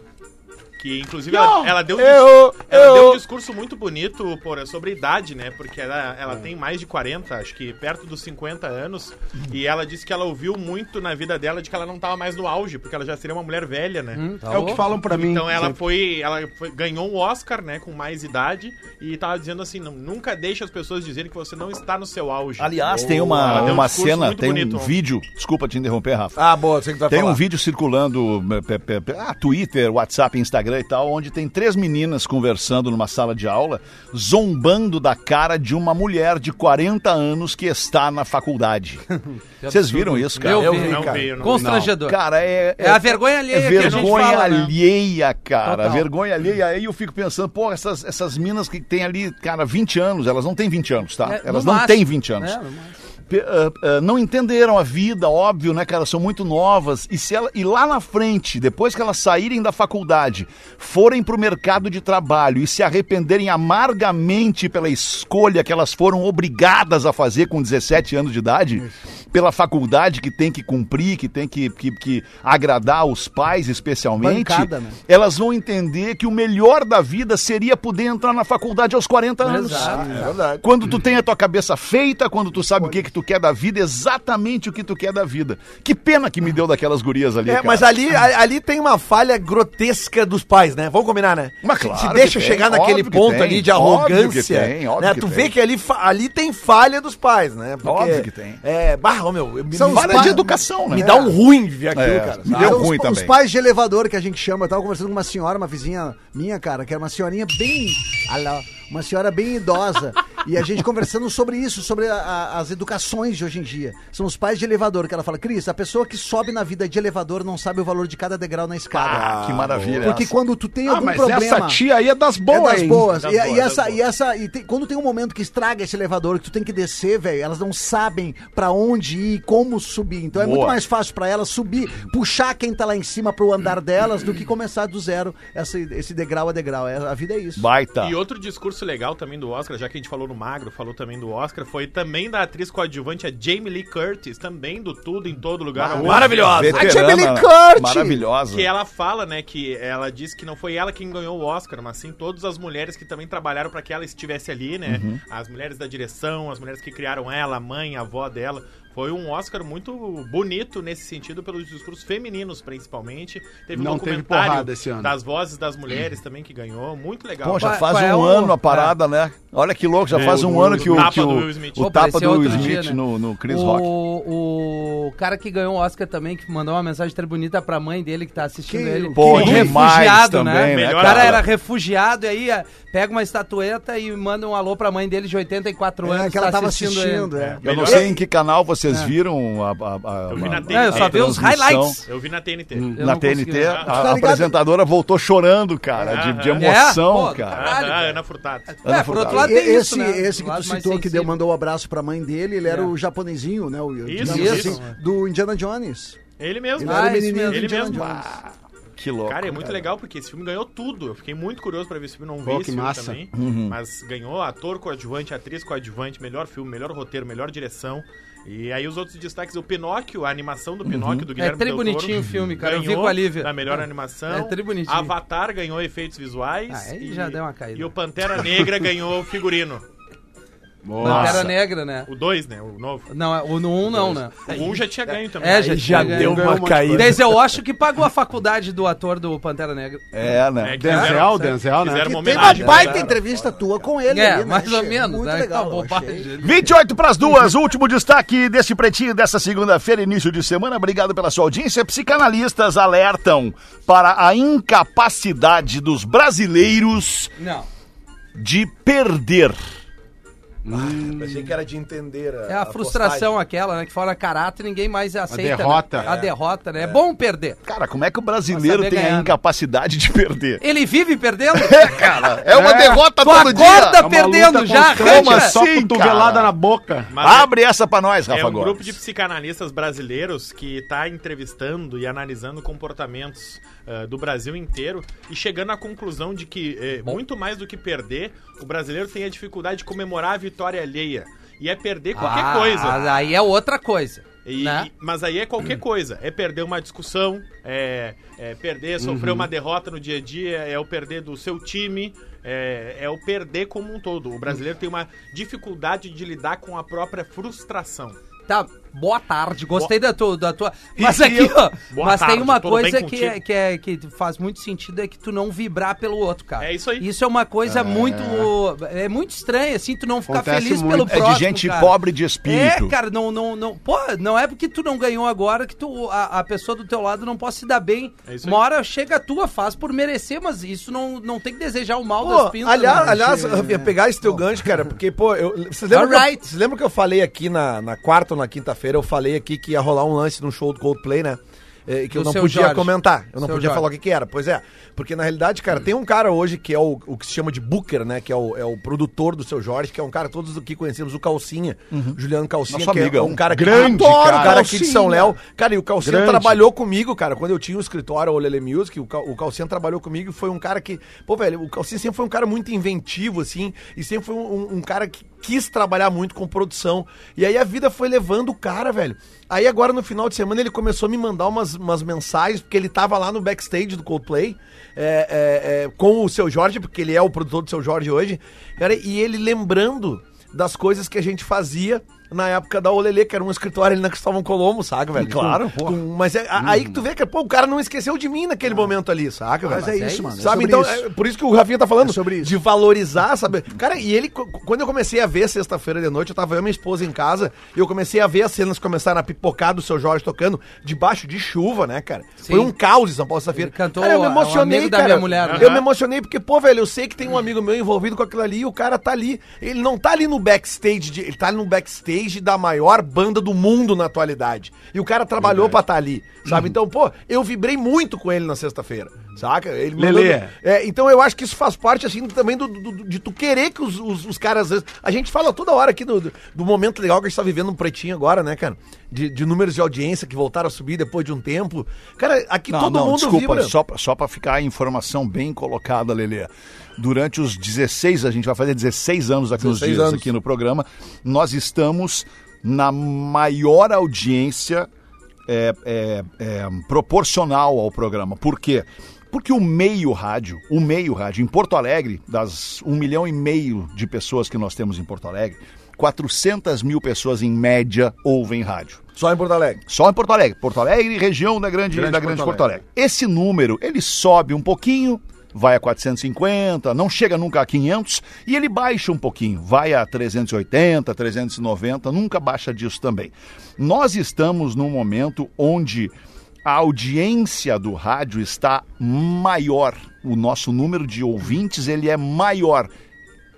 Que inclusive ela, ela deu um dis- Eu, Ela deu um eu. discurso muito bonito, porra, sobre idade, né? Porque ela, ela tem mais de 40, acho que perto dos 50 anos. E ela disse que ela ouviu muito na vida dela de que ela não tava mais no auge, porque ela já seria uma mulher velha, né? É o que falam pra mim. Então ela sempre. foi, ela foi- ganhou um Oscar, né, com mais idade e tava dizendo assim, não, nunca deixe as pessoas dizerem que você não está no seu auge. Aliás, tem uma, Ela deu um uma discurso cena, muito tem bonito. um vídeo. Desculpa te interromper, Rafa. Ah, boa, sei que tu vai Tem falar. um vídeo circulando, pe- pe- pe- ah, Twitter, WhatsApp, Instagram e tal, onde tem três meninas conversando numa sala de aula, zombando da cara de uma mulher de 40 anos que está na faculdade. Vocês viram isso, cara? Eu Eu vi, vi, Não cara. vi, não vi. Constrangedor. Cara, é, É a vergonha alheia é que a gente vergonha fala, né? alheia, cara. Total. Vergonha alheia. Aí eu fico pensando, pô, essas, essas minas que tem ali, cara, 20 anos, elas não têm 20 anos, tá? É, elas no não máximo, têm 20 anos. né? No máximo. Pe- ah, ah, não entenderam a vida, óbvio, né, cara? São muito novas. E, se ela, e lá na frente, depois que elas saírem da faculdade, forem pro mercado de trabalho e se arrependerem amargamente pela escolha que elas foram obrigadas a fazer com 17 anos de idade, pela faculdade que tem que cumprir, que tem que, que, que agradar os pais especialmente, Bancada, né? elas vão entender que o melhor da vida seria poder entrar na faculdade aos 40 anos. Exato. É verdade. Quando tu tem a tua cabeça feita, quando tu sabe o que que tu quer da vida, exatamente o que tu quer da vida. Que pena que me deu daquelas gurias ali, É, cara. mas ali, a- ali tem uma falha grotesca dos pais, né? Vamos combinar, né? Mas Se- claro Se deixa que tem, chegar naquele óbvio que ponto tem, ali de óbvio que arrogância. tem, óbvio né? que tu tem. vê que ali, fa- ali tem falha dos pais, né? Porque, Óbvio que tem. É, barra, ô, meu. eu Me, São me os fala pais- de educação, né? Me dá um ruim de ver aquilo, É, cara. me sabe? deu São os ruim pa- também. Os pais de elevador que a gente chama, eu tava conversando com uma senhora, uma vizinha minha, cara, que era uma senhorinha bem. alá, Uma senhora bem idosa. e a gente conversando sobre isso, sobre a- a- as educações de hoje em dia. São os pais de elevador, que ela fala, Cris, a pessoa que sobe na vida de elevador não sabe o valor de cada degrau na escada. Ah, que maravilha. Porque essa. quando tu tem Ah, um algum mas problema. essa tia aí é das É boas, das hein? boas. Das e, e boas, das essa, boas. e essa, e tem- quando tem um momento que estraga esse elevador, que tu tem que descer, velho, elas não sabem pra onde ir, e como subir. Então é Boa. muito mais fácil pra elas subir, puxar quem tá lá em cima pro andar delas, do que começar do zero essa- esse degrau a degrau. É, a vida é isso. Baita. E outro discurso legal também do Oscar, já que a gente falou no Magro, falou também do Oscar, foi também da atriz coadjuvante, a Jamie Lee Curtis, também do Tudo em Todo Lugar. ao Mesmo Maravilhosa. Veterana, A Jamie Lee né? Curtis. Maravilhosa. Que ela fala, né, que ela disse que não foi ela quem ganhou o Oscar, mas sim todas as mulheres que também trabalharam pra que ela estivesse ali, né? As mulheres da direção, as mulheres que criaram ela, a mãe, a avó dela. Foi um Oscar muito bonito nesse sentido, pelos discursos femininos, principalmente. Teve um Não teve documentário porrada esse ano. das vozes das mulheres também que ganhou. Muito legal. Pô, já Qual- faz qual é um o- ano a parada, né? Olha que louco, já faz um ano que o, tapa que o, do Will Smith. o Pô, tapa apareceu do Will outro Smith dia, né? no, no Chris o, Rock. O cara que ganhou o Oscar também, que mandou uma mensagem tão bonita pra mãe dele que tá assistindo Que- ele. Pô, Um demais também, né, O cara? cara, era refugiado e aí é, pega uma estatueta e manda um alô pra mãe dele de 84 É, anos que ela tá tava assistindo, ele. é. Eu não Melhor- sei em que canal Vocês viram a. a- a- Eu vi na a- TNT. a Eu só vi os transmissão? highlights. Eu vi na TNT. Hum. Eu na não consegui TNT, olhar. a, Tu tá a ligado? apresentadora voltou chorando, cara, de, de Aham. emoção, É? Pô, cara. Ah, Caralho, ah, cara. Ana Furtado. Ana É, por outro Furtado. lado E- tem esse, isso, né? esse que Lado tu mais citou, que deu, sensível. mandou o abraço pra mãe dele, ele era É. o japonesinho, né? O, Isso, digamos assim, isso. do Indiana Jones. Ele mesmo. Ele era o esse menininho Ah, mesmo. do Ele Indiana mesmo. Jones. Que louco. Cara, é muito legal porque esse filme ganhou tudo. Eu fiquei muito curioso pra ver esse filme, não vi Pô, esse que filme massa. também. Uhum. Mas ganhou ator coadjuvante, atriz coadjuvante, melhor filme, melhor roteiro, melhor direção. E aí os outros destaques, o Pinóquio, a animação do Pinóquio do Guilherme Uhum. É tri Del Toro, bonitinho o filme, cara. Eu vi ganhou com a Lívia. Da melhor animação. É tri bonitinho. Avatar ganhou efeitos visuais. Ah, aí já deu uma caída. E o Pantera Negra ganhou o figurino. É Pantera Negra, né? O 2, né? O novo. Não, é- o no 1 não, né? O 1 um já tinha ganho também. É, já, Já tinha deu ganho. uma caída. Desde eu acho que pagou a faculdade do ator do Pantera Negra. É, né? É, que Denzel, fizeram- Denzel, né? Fizeram uma Que tem uma homenagem. baita entrevista tua com ele é, ali, né? mais ou Achei menos. Muito né? legal, Tá eu achei. bobagem. 28 para as duas, último destaque desse pretinho dessa segunda-feira, início de semana. Obrigado pela sua audiência. Psicanalistas alertam para a incapacidade dos brasileiros Não. de perder. Achei que era de entender. É a frustração aquela, né? Que fala caráter e ninguém mais aceita. né? derrota. A derrota, né? É bom perder. Cara, como é que o brasileiro Pra tem saber ganhar, a né? incapacidade de perder? Ele vive perdendo? É, cara, é uma derrota Tu todo acorda dia. É uma perdendo, luta já constante, arranja. é Só Sim, cotovelada cara. na boca. Mas é- Abre essa pra nós, Rafa É um Gomes. grupo de psicanalistas brasileiros que está entrevistando e analisando comportamentos eh, do Brasil inteiro e chegando à conclusão de que, eh, muito mais do que perder, o brasileiro tem a dificuldade de comemorar a vitória alheia. E é perder qualquer Ah, coisa. Aí é outra coisa. E- né? e- mas aí é qualquer coisa. É perder uma discussão, é, é perder, sofrer Uhum. uma derrota no dia a dia, é o perder do seu time, é, é o perder como um todo. O brasileiro tem uma dificuldade de lidar com a própria frustração. Tá, boa tarde. Gostei da tua, da tua. Mas E aqui, eu- ó. Boa mas tarde, tem uma tudo coisa bem que, contigo? é- que, é, que faz muito sentido, é que tu não vibrar pelo outro, cara. É isso aí. Isso é uma coisa muito. É muito estranho, assim, tu não ficar Acontece feliz muito. pelo É É próximo. de gente cara. pobre de espírito. É, cara, não, não, não. Pô, não é porque tu não ganhou agora que tu, a, a pessoa do teu lado não pode se dar bem. É isso aí. uma hora chega a tua, faz por merecer, mas isso não, não tem que desejar o mal das Pô, pintas. aliás, né? aliás Rafinha, pegar esse teu gancho, cara, porque, pô, eu, vocês, lembram que eu- Alright. vocês lembram que eu falei aqui na, na quarta ou na quinta-feira, eu falei aqui que ia rolar um lance num show do Coldplay, né? Eh, que eu Do não seu podia Jorge. comentar, eu não Seu podia Jorge. falar o que, que era. Pois é, porque na realidade, cara, tem um cara hoje que é o, o que se chama de Booker, né? Que é o, é o produtor do seu Jorge, que é um cara todos aqui conhecemos, o Calcinha, Uhum. Juliano Calcinha, Nosso que é amigão. um cara que Grande adoro o cara. cara aqui de São Léo. Cara, e o Calcinha Grande. trabalhou comigo, cara, quando eu tinha o escritório Olele Music, o, Cal, o Calcinha trabalhou comigo e foi um cara que, pô, velho, o Calcinha sempre foi um cara muito inventivo, assim, e sempre foi um, um- um cara que quis trabalhar muito com produção. E aí a vida foi levando o cara, velho. Aí agora no final de semana ele começou a me mandar umas, umas mensagens, porque ele tava lá no backstage do Coldplay, é, é, é, com o seu Jorge, porque ele é o produtor do seu Jorge hoje, cara, e ele lembrando das coisas que a gente fazia na época da Olelê, que era um escritório ali na Cristóvão Colombo, saca, velho? Claro, Com- pô. com- mas é, a- aí que tu vê que, pô, o cara não esqueceu de mim naquele momento ali, saca, velho? Mas é isso, mano. é Sabe, sobre então, isso. é por isso que o Rafinha tá falando É sobre isso. de valorizar, sabe? Cara, e ele, co- quando eu comecei a ver sexta-feira de noite, eu tava eu e minha esposa em casa, e eu comecei a ver as cenas que começaram a pipocar do seu Jorge tocando debaixo de chuva, né, cara? Sim. Foi um caos em São Paulo sexta-feira. Ele cantou Cara, eu me a- um emocionei, amigo da cara. minha mulher, né? Eu me emocionei porque, pô, velho, eu sei que tem um amigo meu envolvido com aquilo ali e o cara tá ali. Ele não tá ali no backstage, de- ele tá ali no backstage da maior banda do mundo na atualidade. E o cara trabalhou pra estar tá ali, sabe? Então, pô, eu vibrei muito com ele na sexta-feira, saca? Ele mandou- Lelê. É, então eu acho que isso faz parte, assim, também do, do- do- de tu querer que os, os, os caras... às vezes- A gente fala toda hora aqui do, do, do momento legal que a gente tá vivendo no Pretinho agora, né, cara? De, de números de audiência que voltaram a subir depois de um tempo. Cara, aqui todo mundo desculpa, vibra. só pra- só para ficar a informação bem colocada, Lelê. Durante os 16, a gente vai fazer 16 anos daqui uns 16 dias anos. aqui no programa, nós estamos na maior audiência é, é, é, proporcional ao programa. Por quê? Porque o meio rádio, o meio rádio, em Porto Alegre, das 1 milhão e meio de pessoas que nós temos em Porto Alegre, 400 mil pessoas em média ouvem rádio. Só em Porto Alegre. Só em Porto Alegre. Porto Alegre, região da Grande, da grande Porto, Alegre. Esse número, ele sobe um pouquinho, vai a 450, não chega nunca a 500, e ele baixa um pouquinho, vai a 380, 390, nunca baixa disso também. Nós estamos num momento onde a audiência do rádio está maior. O nosso número de ouvintes, ele é maior.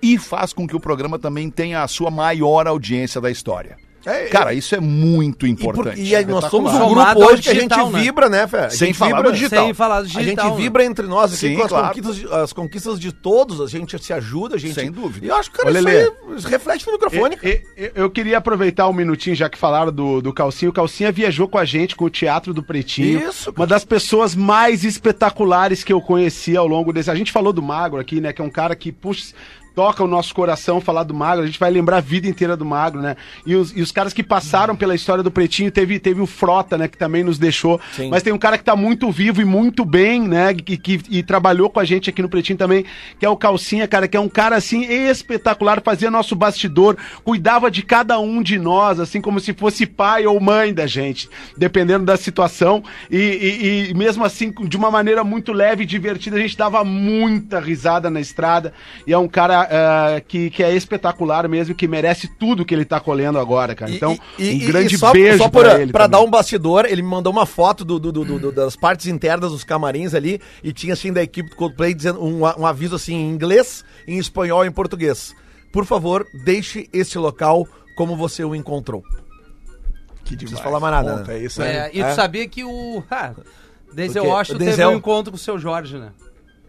E faz com que o programa também tenha a sua maior audiência da história. É, Cara, isso é muito E, por- importante. e aí nós somos um Somado grupo hoje ao que a gente digital, né? vibra, né, Fé? A Sem gente falar vibra do digital. Sem falar do digital. a gente né? vibra entre nós aqui Sim, com as, claro. conquistas de, as conquistas de todos, a gente se ajuda, a gente. Sem dúvida. E eu acho que, cara, Ô, isso Lelê. aí reflete no microfone. cara. E- e- Eu queria aproveitar um minutinho, já que falaram do, do Calcinha. O Calcinha viajou com a gente, com o Teatro do Pretinho. Isso, cara. Uma das pessoas mais espetaculares que eu conheci ao longo desse. A gente falou do Magro aqui, né? Que é um cara que, puxa, toca o nosso coração falar do Magro. A gente vai lembrar a vida inteira do Magro, né? E os, e os caras que passaram pela história do Pretinho, teve, teve o Frota, né? Que também nos deixou. Mas tem um cara que tá muito vivo e muito bem, né? Que, que, e trabalhou com a gente aqui no Pretinho também, que é o Calcinha, cara, que é um cara assim espetacular, fazia nosso bastidor, cuidava de cada um de nós, assim como se fosse pai ou mãe da gente, dependendo da situação. E, e- e mesmo assim, de uma maneira muito leve e divertida, a gente dava muita risada na estrada. E é um cara ah, que, que é espetacular mesmo, que merece tudo que ele tá colhendo agora, cara. E- Então, e- e- um grande e só, beijo só por, pra ele. pra também. dar um bastidor, ele me mandou uma foto do, do- do- do- do- das partes internas dos camarins ali e tinha assim da equipe do Coldplay dizendo um, a- um aviso assim em inglês, em espanhol e em português. Por favor, deixe este local como você o encontrou. Que demais. Não precisa falar mais nada. né? É isso aí. É, e tu sabia que o. Ah, Denzel O quê? Washington O Denzel- teve um encontro com o seu Jorge, né?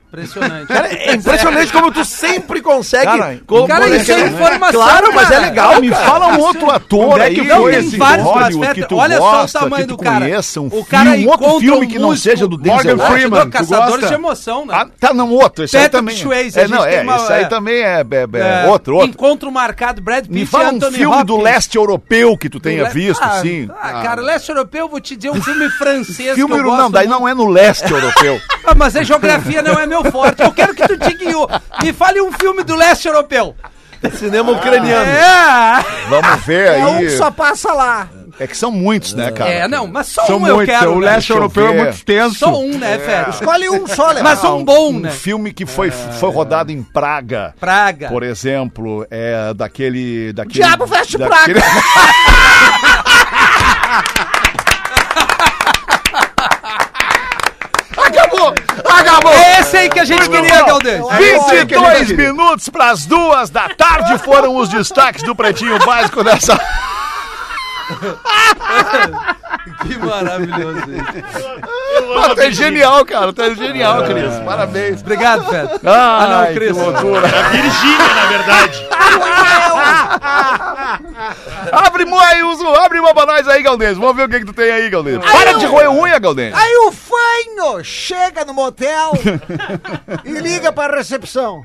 Impressionante. Cara, é impressionante como tu sempre consegue. Cara, como- cara, isso é informação, Claro, mas é cara. Tá legal. me cara. fala um outro ator Onde é aí. que Não, foi tem esse vários Hollywood mas, que Feta, tu olha gosta, só o tamanho que do tu cara. conheça, um o cara filme, um outro encontra filme que não músico- seja do Denzel Morgan Ah, Washington. Freeman, tu Caçadores gosta? de emoção, né? Ah, tá, não, outro. Esse aí Patrick também. Swayze, a é, gente não, tem é, uma- esse aí é. também é, é, é, É, outro, outro. Encontro marcado, Brad Pitt Me fala um filme do leste europeu que tu tenha visto, sim. Ah, cara, leste europeu, eu vou te dizer um filme francês Filme, que eu não, gosto daí muito. não é no leste europeu. Ah, mas a geografia não é meu forte. Eu quero que tu diga em o- me fale um filme do leste europeu. Cinema ucraniano. É, Vamos ver É um aí. que só passa lá. É que são muitos, né, cara? é não, mas só São um eu muitos, quero. o né? leste eu europeu ver. é muito tenso. Só um, né, Fera? Escolhe um só, Léo. Mas um bom, É. Um né? filme que foi, foi rodado em Praga. Praga. Por exemplo, é daquele. daquele diabo veste daquele- Acabou! Acabou! É esse aí que a gente bom. queria, É Galdês. 22 minutos para as duas da tarde foram os destaques do Pretinho Básico dessa. Que maravilhoso. isso. Ah, tá genial, cara. Tá genial, Cris. Parabéns. Obrigado, Fera. Ah, não, Cris. Virgínia, na verdade. Abre moe, uso, abre uma pra nós aí, Galdês. Vamos ver o que, que tu tem aí, Galdês. Para de roer unha, Galdês. Aí o fanho chega no motel e liga pra recepção.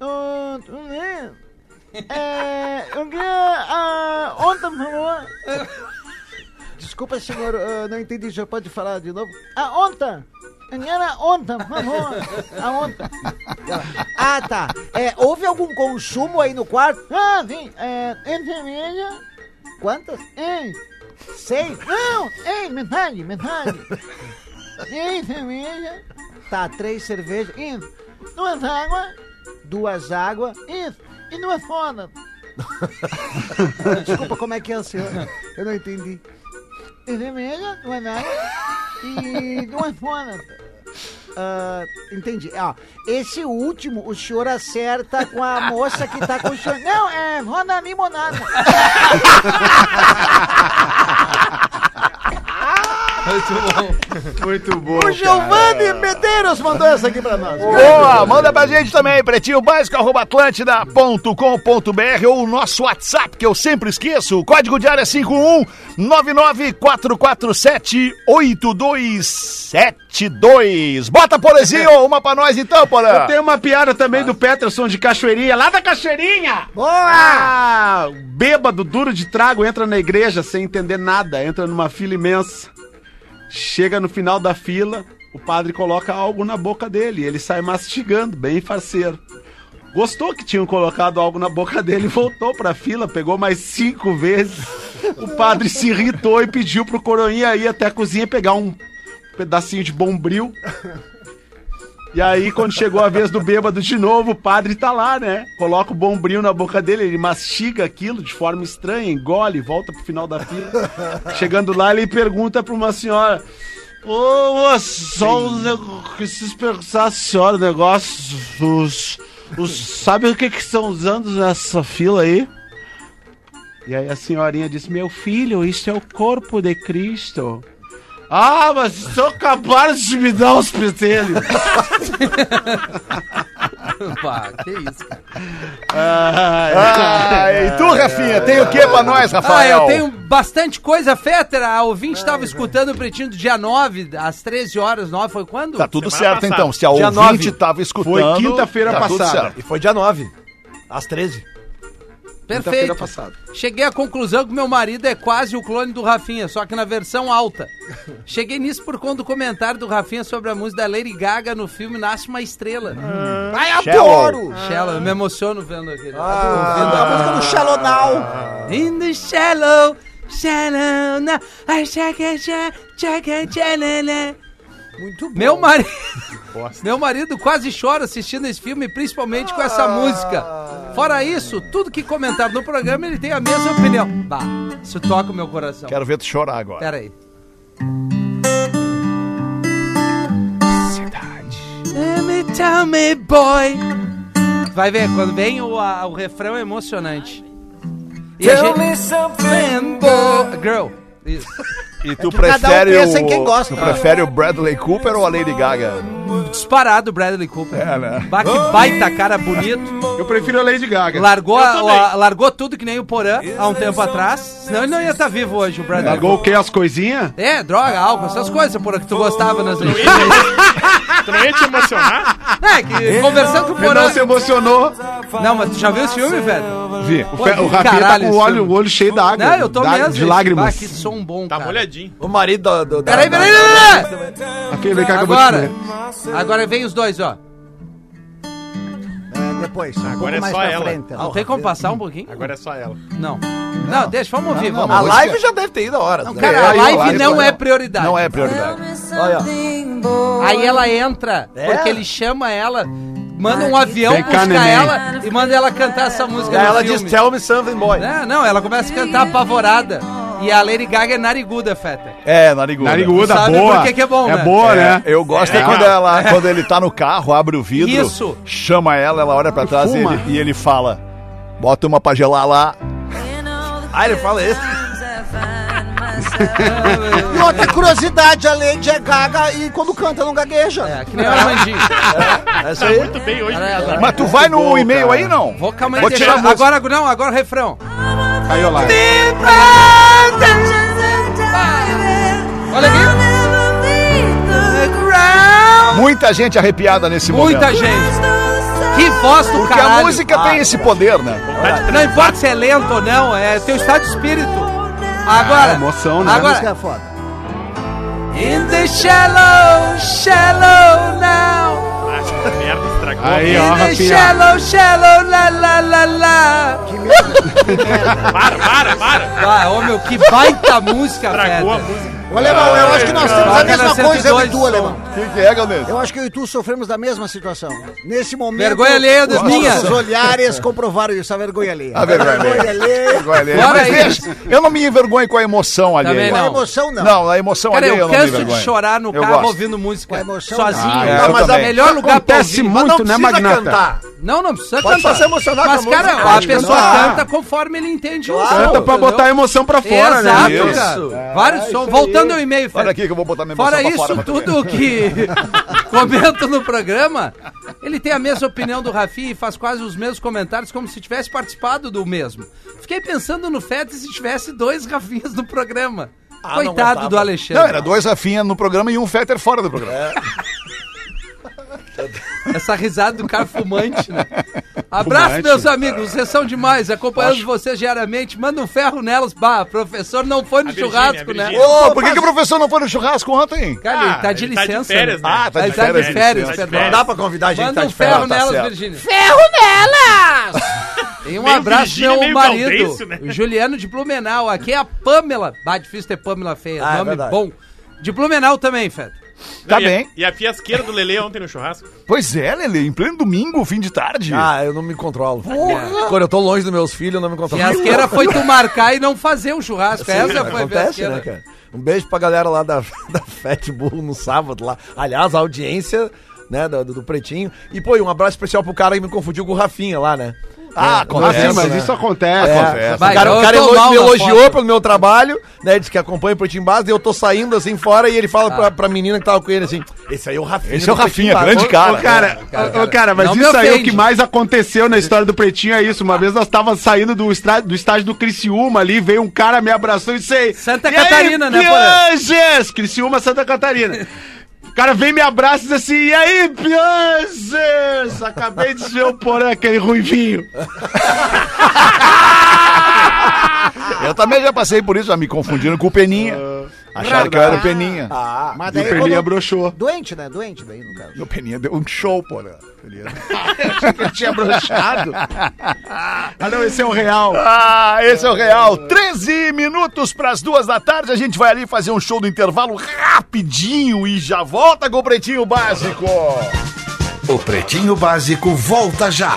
Ah, tudo bem? É, eu queria, ah, ontem falou. Desculpa, senhor, ah, não entendi. Já pode falar de novo? Ah, ontem. Era ontem, por favor. A ontem. Ah, tá. É, houve algum consumo aí no quarto? Ah, sim. É, cerveja. Quantas? Ei, seis. Não, ei, metade, metade. Ei, cerveja. Tá, três cervejas. Isso. Duas águas. Duas águas. Isso. E duas fonas. Desculpa, como é que é, senhor? Eu não entendi. Cerveja, duas águas e duas fonas. Ah, entendi. Ah, esse último, o senhor acerta com a moça que tá com o senhor. Não, é Rona Limonada. Muito bom. Muito bom. O Giovanni Medeiros mandou essa aqui pra nós. Boa, manda pra gente também, pretinho básico, arroba atlântida.com.br ou o nosso WhatsApp, que eu sempre esqueço. O código de área é 51 8272. Bota, Porezinho, uma pra nós então, Porã. Tem uma piada também do Peterson de Cachoeirinha, lá da Cachoeirinha! Boa! Ah, bêbado, duro de trago, entra na igreja sem entender nada, entra numa fila imensa. Chega no final da fila, o padre coloca algo na boca dele, ele sai mastigando, bem faceiro. Gostou que tinham colocado algo na boca dele, voltou pra fila, pegou mais cinco vezes. O padre se irritou e pediu pro coroinha ir até a cozinha pegar um pedacinho de bombril. E aí, quando chegou a vez do bêbado de novo, o padre tá lá, né? Coloca o bombril na boca dele, ele mastiga aquilo de forma estranha, engole, volta pro final da fila. Chegando lá, ele pergunta pra uma senhora: Ô, moça, só um negócio. Preciso perguntar a senhora, negócio. Os, os, sabe o que, que estão usando nessa fila aí? E aí a senhorinha disse: Meu filho, isso é o corpo de Cristo. Ah, mas só capaz de me dar um os petelhos. Pá, que isso, cara. Ah, e tu, Rafinha, tem o que pra nós, Ah, Rafael? eu tenho bastante coisa, Fetter. A ouvinte estava escutando o Pretinho do dia 9, às 13 horas, 9 foi quando? Tá tudo Semana certo, passada. então. Se a Dia ouvinte nove. tava escutando... Foi quinta-feira tá tudo passada. certo. E foi dia 9, às 13. Perfeito. passada. Cheguei à conclusão que meu marido é quase o clone do Rafinha, só que na versão alta. Cheguei nisso por conta do comentário do Rafinha sobre a música da Lady Gaga no filme Nasce uma Estrela. Ai, Shallow. adoro! Shallow, eu me emociono vendo né? Tá aquele. A música do Xalonal. In the shallow, shallow, now, I shaka, shaka, shaka, shalala. Muito bom. Meu marido. Meu marido quase chora assistindo esse filme, principalmente com Ah. essa música. Fora isso, tudo que comentaram no programa, ele tem a mesma opinião. Bah, isso toca o meu coração. Quero ver tu chorar agora. Pera aí. Cidade. Tell me, boy. Vai ver, quando vem o, a- o refrão é emocionante. E a gente- Bo- Girl. Isso. E É tu cada um prefere pensa o... em quem gosta. Tu prefere o Bradley Cooper ou a Lady Gaga? Disparado Bradley Cooper. É, né? que baita cara bonito. Eu prefiro a Lady Gaga. Largou, Eu também. a- a- largou tudo que nem o Porã há um tempo atrás. Senão ele não ia estar vivo hoje, o Bradley Largou o quê? As coisinhas? Cooper. É, droga, álcool, essas coisas, Porã, que tu gostava nas Tu não ia te emocionar? É, que conversando com o Porã. Renan se emocionou. Não, mas tu já viu esse filme, velho? Vi. O, Pô, Fe- o que Rafinha tá caralho com o esse olho, filme. o olho cheio d'água. Não, eu tô da- mesmo. De lágrimas. Ah, que som bom, Tá cara. molhadinho. O marido do... do da- Peraí, da- peraí, peraí, peraí. Rafinha, vem cá que eu vou te Agora. comer. Agora vem os dois, ó. É, depois, um pouco é mais só pra ela. frente. né? Não tem como passar um pouquinho? Agora é só ela. Não. Não, deixa, vamos ouvir. A Vamos Música. ouvir. live já deve ter ido a hora. né? Não, Cara, a aí, live não é prioridade. Não é prioridade. Olha, ó. Aí ela entra, É? porque ele chama ela, manda um avião Vem cá, buscar neném. ela e manda ela cantar essa música Aí no ela filme. diz, tell me something, boy. Não, não, ela começa a cantar apavorada. E a Lady Gaga é nariguda, Feta. É, nariguda. Nariguda, Sabe boa. por que que é bom, né? boa, É, né? eu gosto é, quando, ela, quando ele tá no carro, abre o vidro, Isso. chama ela, ela olha pra trás e Fuma. ele, e ele fala: Bota uma pra gelar lá. Ah, ele fala isso. E outra curiosidade, a Lady é gaga e quando canta não gagueja. É, que nem o Armandinho. É isso aí. Muito bem hoje. Cara, ela- Mas tu vai no bom, e-mail cara. aí, não? Vou calma aí, Vou deixa- tirar a música. agora, não, agora o refrão. Caiu lá. Olha aqui. Muita gente arrepiada nesse Muita momento. gente. Que voz do Porque caralho. a Ah, música tem esse poder, né? Não importa se é lento ou não, é teu estado de espírito. Agora, É emoção, né? A música agora. é foda. In the shallow, shallow now. Ah, que merda, estragou. Aí, In ó, the Rafinha. shallow, shallow, la la la la. Para, para, para. Ah, ô meu, que baita música, Estragou a velho. música. Ô, Alemão, eu acho que nós temos Toca a na mesma coisa, eu e 102 tu, som. Alemão. O que, que é, Galdense? Eu acho que eu e tu sofremos da mesma situação. Nesse momento. Vergonha alheia das os minhas. nossos olhares comprovaram isso, a vergonha Ah, alheia. A vergonha alheia. alheia. Vergonha alheia. Bora Mas aí. deixa, eu não me envergonho com a emoção ali. Também Com a Não. emoção, não. Não, a emoção Cara, alheia eu, eu não me canso de envergonho. chorar no Eu carro gosto. ouvindo música. Com emoção, sozinho. não. Ah, é, Não, eu mas a também. melhor lugar pra Acontece ouvir- muito, né, Magnata? Não, não precisa Pode cantar. só se emocionar com a Mas, cara, música, a pode pessoa cantar. canta conforme ele entende o som, Canta pra entendeu? botar a emoção pra fora, Exato, né? Isso. cara. Vários sons. Voltando ao e-mail, Olha Fred. aqui que eu vou botar minha emoção Fora pra isso, fora. pra tu ver. tudo que comento no programa, ele tem a mesma opinião do Rafi e faz quase os mesmos comentários como se tivesse participado do mesmo. Fiquei pensando no Fetter se tivesse dois Rafinhas no programa. Ah, Coitado do Alexandre. Não, era dois Rafinha no programa e um Fetter fora do programa. Essa risada do cara fumante, né? Abraço, Fumante. meus amigos. Vocês são demais. Acompanhando vocês diariamente. Manda um ferro nelas. Bah, professor não foi no A Virgínia, churrasco, a né? Virgínia. Ah, Ô, por que, que o professor não foi no churrasco ontem? Cara, ele tá de ele licença. férias, né? né? Ah, tá de Ele tá de férias, férias, licença. perdão. Tá de Dá pra convidar a gente que Manda tá um de ferro. ferro tá nelas, certo. Virgínia. Tem um Meio abraço, Virgínia, meu meio marido. Galdêncio, né? O Juliano de Blumenau. Aqui é a Pamela. Bah, difícil ter Pamela feia. Ah, é nome verdade. bom. De Blumenau também, Feta. Tá E a- bem. E a fiasqueira do Lele ontem no churrasco. Pois é, Lele, em pleno domingo, fim de tarde. Ah, eu não me controlo. Quando eu tô longe dos meus filhos, eu não me controlo. Fiasqueira foi tu marcar e não fazer o churrasco. Essa foi a Acontece, fiasqueira. né, cara? Um beijo pra galera lá da, da Fat Bull no sábado lá. Aliás, a audiência, né, do, do Pretinho. E, pô, e um abraço especial pro cara que me confundiu com o Rafinha lá, né? Ah, Assim, acontece. mas né? isso acontece. É. Acontece. é O Vai, cara, eu o cara tô elogi- mal me na elogiou foto. pelo meu trabalho, né? Disse que acompanha o Pretinho Básico, e eu tô saindo assim fora e ele fala pra, pra menina que tava com ele assim: Esse aí é o Rafinha. Ah. Esse é o do Pretinho Rafinha, Básico." grande Ô, cara. cara, cara, ô, cara. cara, mas Não me isso aí é o ofende. que mais aconteceu na história do Pretinho, é isso. Uma vez nós tava saindo do, estra- do estádio do Criciúma ali, veio um cara, me abraçou e disse aí, Santa "E Catarina, aí, né, Porã?" Pianges! Criciúma, Santa Catarina. O cara vem, me abraça e diz assim, e aí, Pianges? Acabei de ver o Porã, aquele ruivinho. Eu também já passei por isso, já me confundiram com o Peninha. Acharam que eu era o Peninha. Ah. Mas E o daí Peninha quando- broxou. Doente, né? Doente daí, no caso. E o Peninha deu um show, pô. né? Peninha. Tinha broxado. ah, não, esse é o real. Ah, esse é o real. 13 minutos para as duas da tarde. A gente vai ali fazer um show do intervalo rapidinho e já volta com o Pretinho Básico. O Pretinho Básico volta já.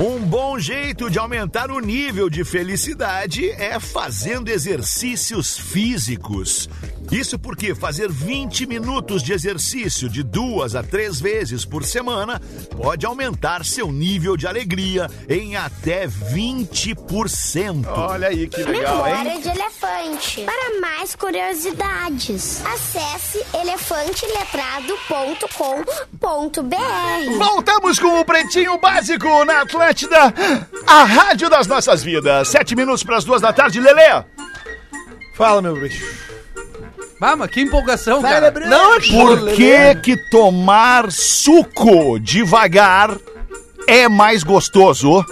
Um bom jeito de aumentar o nível de felicidade é fazendo exercícios físicos. Isso porque fazer 20 minutos de exercício de duas a três vezes por semana pode aumentar seu nível de alegria em até 20%. Olha aí que Memória de elefante. Para mais curiosidades, acesse elefanteletrado.com.br. Voltamos com o Pretinho Básico na Atlântida, a rádio das nossas vidas. Sete minutos para as duas da tarde, Lelê. Fala, meu bicho. Vamos, que empolgação, cara. Cérebro. Não, é Por Lelê. que que tomar suco devagar é mais gostoso?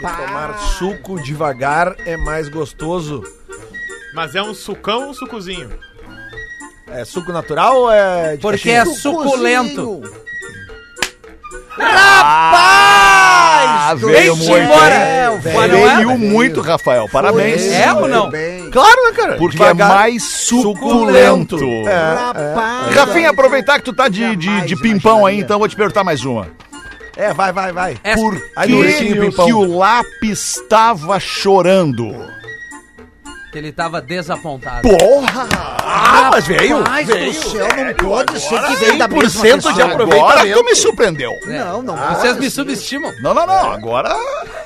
Tomar suco devagar é mais gostoso. Mas é um sucão ou um sucozinho? É suco natural ou é. de Porque é caixinha? suculento. Ah, veio Vem-te muito. embora. hein? É, o Mas não é? Veio muito, Rafael. Parabéns. É ou não? Bem. Claro, né, cara? Porque é Devagar. mais suculento. Suculento. É. Rapaz. Rafinha, aproveitar que tu tá de, de, de Jamais pimpão aí, imaginaria. então eu vou te perguntar mais uma. É, vai, vai, vai. É- Por Aí, Duretinho, que, Pimpão. que o lápis estava chorando? Que ele tava desapontado. Porra! Ah, mas veio! Mas do céu, não pode ser que veio da mesma 100% de pessoa. Agora tu me surpreendeu. É. Não, não Vocês pode me ser. subestimam. Não, não, É. não. Agora.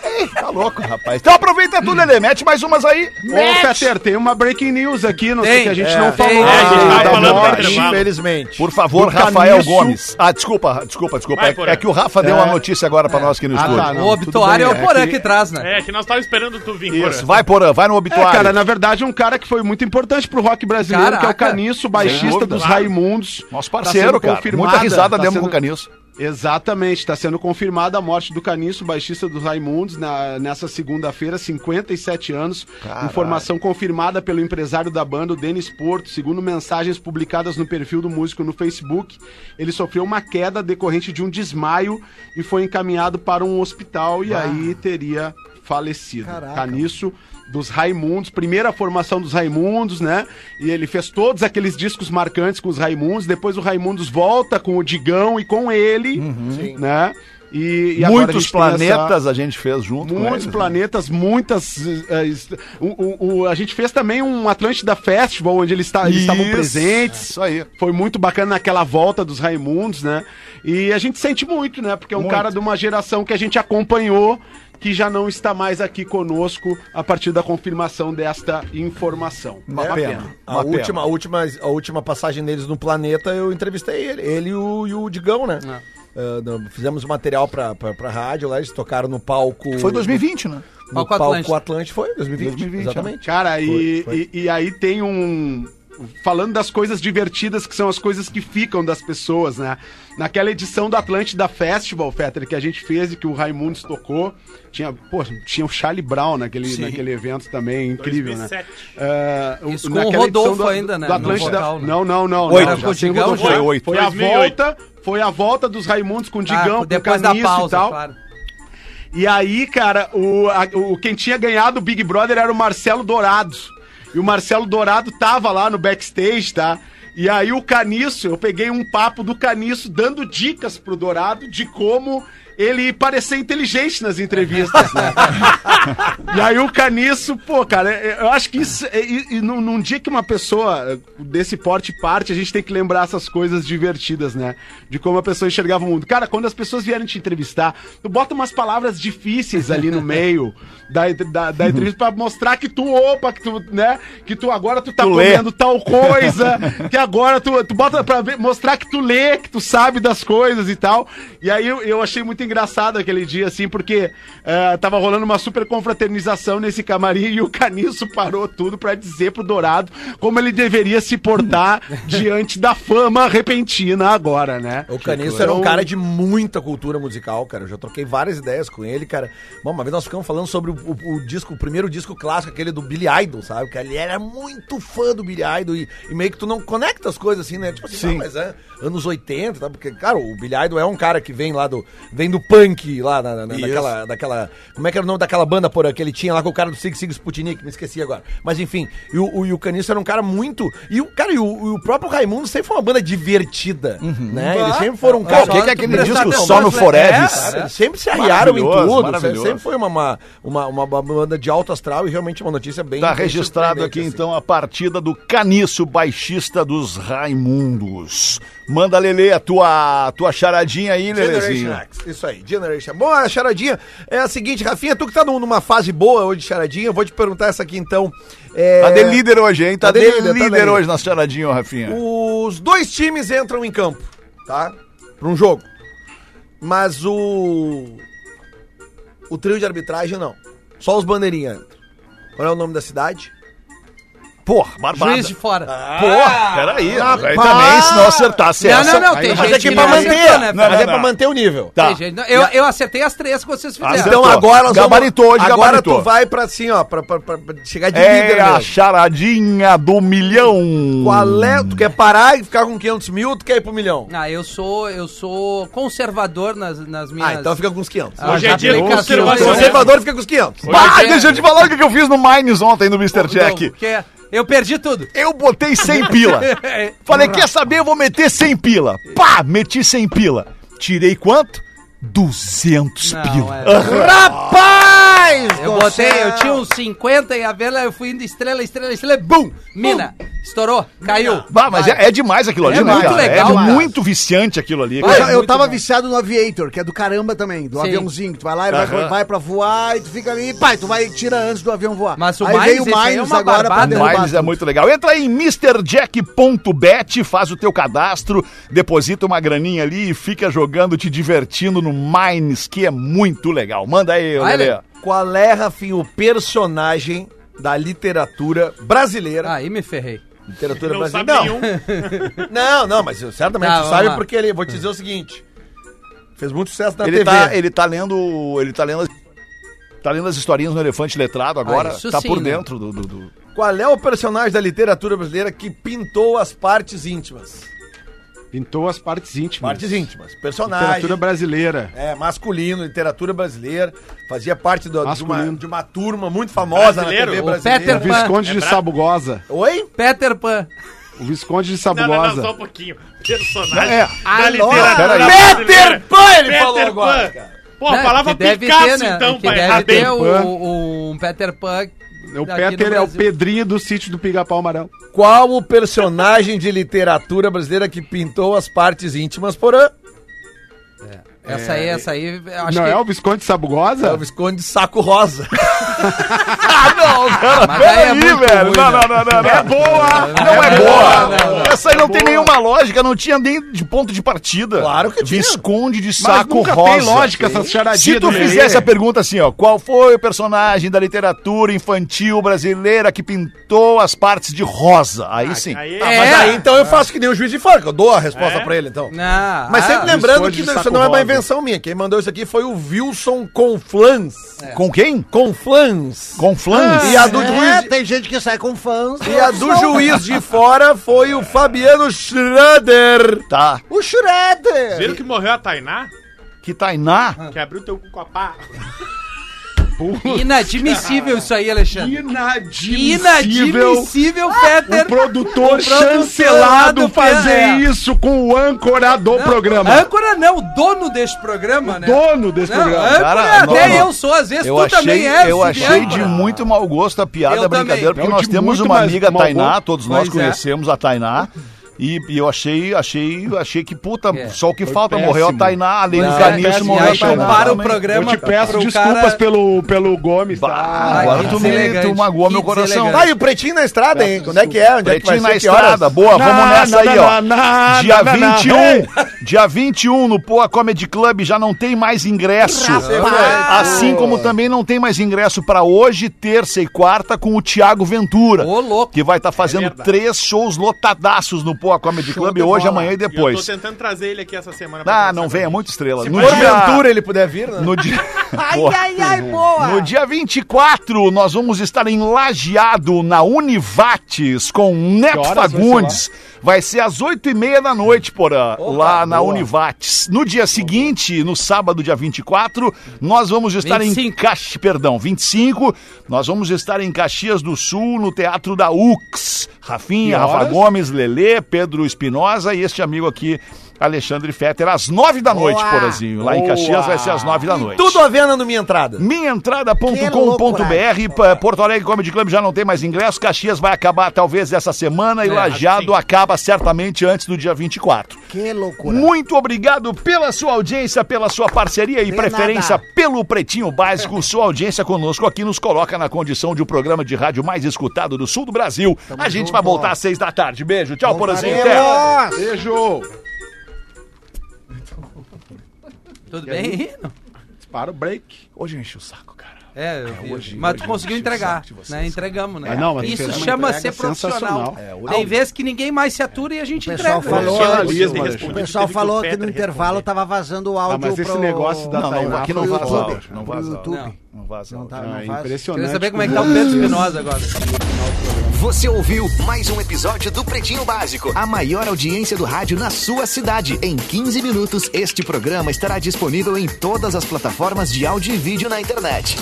Ei, tá louco, rapaz. Então aproveita tudo, Lelê. Mete mais umas aí. Ô, Fetter, tem uma breaking news aqui, não sei Tem, que a gente é, não tem. falou. É, a gente Ah, tava da falando morte. do intervalo. Infelizmente. Por favor, Por Rafael Caniço. Gomes. Ah, desculpa, desculpa, desculpa. Vai, É- Porã. é que o Rafa deu É. uma notícia agora pra nós aqui no Ah, estúdio. tá, não. o obituário é tudo bem, o Porã é que... que- traz, né? É, que nós tava esperando tu vir, Isso, Porã. vai, Porã, vai no É, obituário. cara, na verdade é um cara que foi muito importante pro rock brasileiro, que é o Caraca. Caniço, baixista dúvida. dos Claro. Raimundos. Nosso Tá parceiro, sendo cara. confirmada, Muita risada tá demos com o sendo- Canilson. Exatamente, tá sendo confirmada a morte do Caniço, baixista dos Raimundos, na, nessa segunda-feira, 57 anos. Informação confirmada pelo empresário da banda, o Denis Porto, segundo mensagens publicadas no perfil do músico no Facebook. Ele sofreu uma queda decorrente de um desmaio e foi encaminhado para um hospital Ah. e aí teria falecido. Caraca. Caniço dos Raimundos, primeira formação dos Raimundos, né? E ele fez todos aqueles discos marcantes com os Raimundos. Depois o Raimundos volta com o Digão e com ele, né? E, e agora a Uhum. Muitos gente tem essa- planetas a gente fez junto. com Muitos eles, né? planetas, muitas. eh, eh, o- o- o- a gente fez também um Atlântida Festival, onde eles, ta- eles estavam Isso, presentes. Isso aí. Foi muito bacana naquela volta dos Raimundos, né? E a gente sente muito, né? Porque é um Muito. cara de uma geração que a gente acompanhou, que já não está mais aqui conosco a partir da confirmação desta informação. Uma pena. É A, uma pena. última, a, última, a última passagem deles no planeta, eu entrevistei ele. Ele e o, e o Digão, né? Ah, não, fizemos material pra, pra, pra rádio lá, eles tocaram no palco. Foi 2020, né? No Palco palco Atlântico. Atlântico. foi 2020. 2020, exatamente. Cara, e, Foi, foi. E, e aí tem um. Falando das coisas divertidas, que são as coisas que ficam das pessoas, né? Naquela edição do Atlântida Festival, Fetter, que a gente fez e que o Raimundos tocou, tinha, pô, tinha o Charlie Brown naquele, naquele evento também, incrível, né? 2007. Ah, o- Isso com o naquela edição Rodolfo ainda, né, Do no Atlântida, vocal, né? Não, não, não. Oito. não, Era com o sem Digão, Rodolfo. já. Foi, Oito. a 2008. volta, foi a volta dos Raimundos com o Digão, Ah, com depois o da Caniço e pausa, tal. claro. E aí, cara, o, a- o, quem tinha ganhado o Big Brother era o Marcelo Dourado. E o Marcelo Dourado tava lá no backstage, tá? E aí o Caniço, eu peguei um papo do Caniço dando dicas pro Dourado de como ele parecer inteligente nas entrevistas, né? e aí o Caniço, pô, cara, é, eu acho que isso, e, e num, num dia que uma pessoa é, desse porte parte, a gente tem que lembrar essas coisas divertidas, né? De como a pessoa enxergava o mundo. Cara, quando as pessoas vierem te entrevistar, tu bota umas palavras difíceis ali no meio da, entre- da, da entrevista pra mostrar que tu, opa, que tu, né? Que tu agora tu tá Tu lê. comendo tal coisa, que agora tu, tu bota pra ver- mostrar que tu lê, que tu sabe das coisas e tal. E aí eu, eu achei muito engraçado aquele dia, assim, porque eh, tava rolando uma super confraternização nesse camarim e o Caniço parou tudo pra dizer pro Dourado como ele deveria se portar diante da fama repentina agora, né? O Caniço era um cara de muita cultura musical, cara. Eu já troquei várias ideias com ele, cara. Bom, uma vez nós ficamos falando sobre o, o- o disco, o primeiro disco clássico, aquele do Billy Idol, sabe? Que ele era muito fã do Billy Idol e, e meio que tu não conecta as coisas assim, né? Tipo assim, não, mas é anos 80, tá? Porque, cara, o Billy Idol é um cara que vem lá do. Vem do punk lá na, na- na- daquela, daquela. Como é que era o nome daquela banda porra, que ele tinha lá com o cara do Sig Sig Sputnik? Me esqueci agora. Mas enfim, e o, o, e o Caniço era um cara muito. E o, cara, e o, e o próprio Raimundo sempre foi uma banda divertida, né? Eles sempre foram um Ah, cara. o que que é aquele Prestar disco atenção só no nas Foreves? letras, é, Eles é, sempre se arriaram em Maravilhoso, tudo. maravilhoso. Sempre foi uma, uma, uma, uma banda de alto astral e realmente uma notícia bem. Tá bem registrado surpreendente, assim. aqui então a partida do Caniço Baixista dos Raimundos. Manda Lele a tua, tua charadinha aí, Generation Lelezinho. X, isso aí, Generation. Bom, a charadinha é a seguinte, Rafinha, tu que tá num- numa fase boa hoje de charadinha, eu vou te perguntar essa aqui então. É... Tá de líder hoje, hein? Tá, Tá de de líder, líder, tá de líder. hoje na charadinha, ô, Rafinha. Os dois times entram em campo, tá? Pra um jogo. Mas o. O trio de arbitragem não. Só os bandeirinhas entram. Qual é o nome da cidade? Porra, barbada. Ah, Juiz de fora. Ah, Porra, peraí. Ah, velho, Mas- também, se não acertasse Não, essa... não, não, tem aí- Mas é gente que que pra não manter. acertou, né, mas é Fernando? pra manter o nível. Tá. Tem gente- não, eu, eu acertei as três que vocês fizeram. Acertou. Então agora nós Gabaritou hoje, vamos, agora gabaritou. tu vai pra assim, ó, pra, pra- pra- pra chegar de líder É a mesmo. charadinha do milhão. Qual é? Tu quer parar e ficar com 500 mil ou tu quer ir pro milhão? Ah, eu sou, eu sou conservador nas, nas minhas. Ah, então fica com os 500. as Hoje é dia do aplicações. O conservador. conservador fica com os 500. Bah, Hoje é- deixa eu te falar o que que eu fiz no Mines ontem no Mr. Não, Jack. porque Eu perdi tudo. Eu botei 100 pila. Falei, quer saber? Eu vou meter 100 pila. Pá, meti 100 pila. Tirei quanto? 200 Não, pila. é. Rapaz! Eu botei, eu tinha uns 50 e a vela, eu fui indo estrela, estrela, estrela, bum! Mina, estourou, caiu. Bah, mas é, é demais aquilo ali, É né, muito cara? legal, é cara. muito viciante aquilo ali. Eu, Vai, já- eu muito tava bom. viciado no Aviator, que é do caramba também, do Sim. aviãozinho. que Tu vai lá e vai, pra- vai pra voar e tu fica ali, pai, tu vai e tira antes do avião voar. Mas o aí Miles, veio o esse aí é Miles uma agora pra barbada. derrubar. Mas é muito legal. Entra aí em MrJack.bet, faz o teu cadastro, deposita uma graninha ali e fica jogando, te divertindo no Mines, que é muito legal. Manda aí, Vai, Lelê. Lelê. Qual é, Rafinha, o personagem da literatura brasileira? Aí me ferrei. literatura Não sabe brasileira. nenhum. não. não, não, mas certamente Tá, tu vamos sabe lá. porque ele. Vou te dizer o seguinte: fez muito sucesso na Ele TV. tá, ele tá lendo. Ele tá lendo. Tá lendo as historinhas no Elefante Letrado agora. isso tá sim, por né? dentro do. do, do- Qual é o personagem da literatura brasileira que pintou as partes íntimas? Pintou as partes íntimas. Partes íntimas. Personagem. Literatura brasileira. É, masculino, literatura brasileira. Fazia parte do- de, uma, Masculino. de uma turma muito famosa na Brasileiro? TV O brasileira. O é Visconde de Sabugosa. Oi? Peter Pan. O Visconde de Não, não, não, só Sabugosa. um pouquinho. Personagem É. da literatura. Peraí. brasileira. Peter Pan, ele Peter falou Pan. agora, cara. Pô, a Né, palavra que deve Picasso, ter, né? então, que pai. deve ter Peter Pan. o, o- um Peter Pan. O daqui no Peter é o Brasil. Pedrinho do sítio do Pica-Pau Amarelo. Qual o personagem de literatura brasileira que pintou as partes íntimas por ano? Essa aí, essa aí, eu acho não que... é o Visconde de Sabugosa? É o Visconde de Saco Rosa. Mas aí é muito velho. ruim, Não, né? não, não, não, não. É boa! Não é não, É boa! Essa aí não tem nenhuma lógica, não tinha nem de ponto de partida. Claro que tinha. Visconde de Mas saco nunca rosa. tem lógica essas charadinhas Se tu do Lelê. fizesse a pergunta assim, ó, qual foi o personagem da literatura infantil brasileira que pintou as partes de rosa? Aí sim. Aí, É. Mas aí então Ah. eu faço que nem o juiz de fora, que eu dou a resposta É? pra ele então. Não, Mas ah, sempre lembrando Visconde que de isso Saco não é uma Rosa. invenção minha. Quem mandou isso aqui foi o Wilson Conflans. É. é. Com quem? Conflans. Com flans? E Ah. a do é É, juiz. tem gente que sai com fãs. E a do juiz de fora foi o Fabiano Schroeder. Tá. O Shredder! Viram que morreu a Tainá? Que Tainá? Que abriu teu cu com a pá. Inadmissível isso aí, Alexandre. Inadmissível. Inadmissível, Peter. O produtor O produtor lá do é. chancelado fazer Pedro. isso com o âncora do programa. É Âncora não, o dono deste programa, né? Dono desse é Não, programa. âncora Cara, até não, não. eu sou, às vezes Eu tu achei, também é. eu se achei vier, de um- cara. muito mau gosto a piada, Eu a brincadeira, também. porque Não, nós de temos muito uma mais amiga, a mau Tainá, gosto. todos nós Pois é. conhecemos a Tainá. E, e eu achei, achei, achei que puta, É. só o que Foi falta, morreu a péssimo. Tainá, além Pois do é, Caniço, péssimo, morreu a aí Tainá. compara o também. programa. Eu te peço é, pro desculpas cara- pelo, pelo Gomes, tá? Bah, Ai, agora que tu, me, deselegante, tu magoou meu que coração. deselegante. Ah, e o Pretinho na estrada, hein? Onde é que é? Onde é que vai Pretinho ser? na Que horas? estrada, boa, vamos Na, nessa na, aí, na, ó. na, dia na, na, 21, é. dia 21 no Poa Comedy Club já não tem mais ingresso. Assim como também não tem mais ingresso pra hoje, terça e quarta com o Thiago Ventura. Ô, louco. Que vai estar fazendo verdade. três shows lotadaços no Poa Comedy Club hoje, amanhã e E eu tô depois. tentando trazer ele aqui essa semana. pra Ah, não conversar vem, é com muita estrela. Se No for dia, Ventura ele puder vir, né? no dia, Ai, Boa. ai, ai, boa. no dia 24, nós vamos estar em Lajeado, na Univates, com Neto horas vai ser Fagundes. Vai ser às 8h30 da noite, porã, lá na boa. Univates. No dia seguinte, no sábado, dia 24, nós vamos estar em 25. Caxi, perdão, 25, nós vamos estar em Caxias do Sul, no Teatro da UX. Rafinha, Que Rafa horas? Gomes, Lelê, Pedro Espinosa e este amigo aqui, Alexandre Fetter, às 9 da noite, porazinho. Lá em Caxias vai ser às 9 da noite. Tudo à venda na minha entrada. Minhaentrada.com.br Pa- Porto Alegre Comedy Club já não tem mais ingresso. Caxias vai acabar talvez essa semana e Lajado acaba certamente antes do dia 24. Que loucura. Muito obrigado pela sua audiência, pela sua parceria e preferência pelo Pretinho Básico. Sua audiência conosco aqui nos coloca na condição de um programa de rádio mais escutado do sul do Brasil. A gente vai voltar às seis da tarde. Beijo, tchau, assim Porazinho. Até. Beijo. É Tudo bem aí? Não. Para o break. Hoje eu enchi o saco, cara. É, eu vi. mas tu conseguiu entregar, né? Entregamos, né? Ah, não, mas Isso fez uma chama entrega é ser profissional. sensacional. Tem vezes que ninguém mais se atura e a gente O pessoal entrega. né? falou, Jornalismo, antes, Alexandre. o pessoal Teve que o falou que no Petra intervalo tava vazando o áudio Ah, mas esse negócio da não, Tainá não, aqui pro não vaza YouTube. áudio, não Pro vaza YouTube. áudio. Não vaza. Não tá, Ah, não vaza. impressionante. né? Queria Tipo, saber como é que tá o Pedro Espinosa agora. Você ouviu mais um episódio do Pretinho Básico, a maior audiência do rádio na sua cidade. Em 15 minutos, este programa estará disponível em todas as plataformas de áudio e vídeo na internet.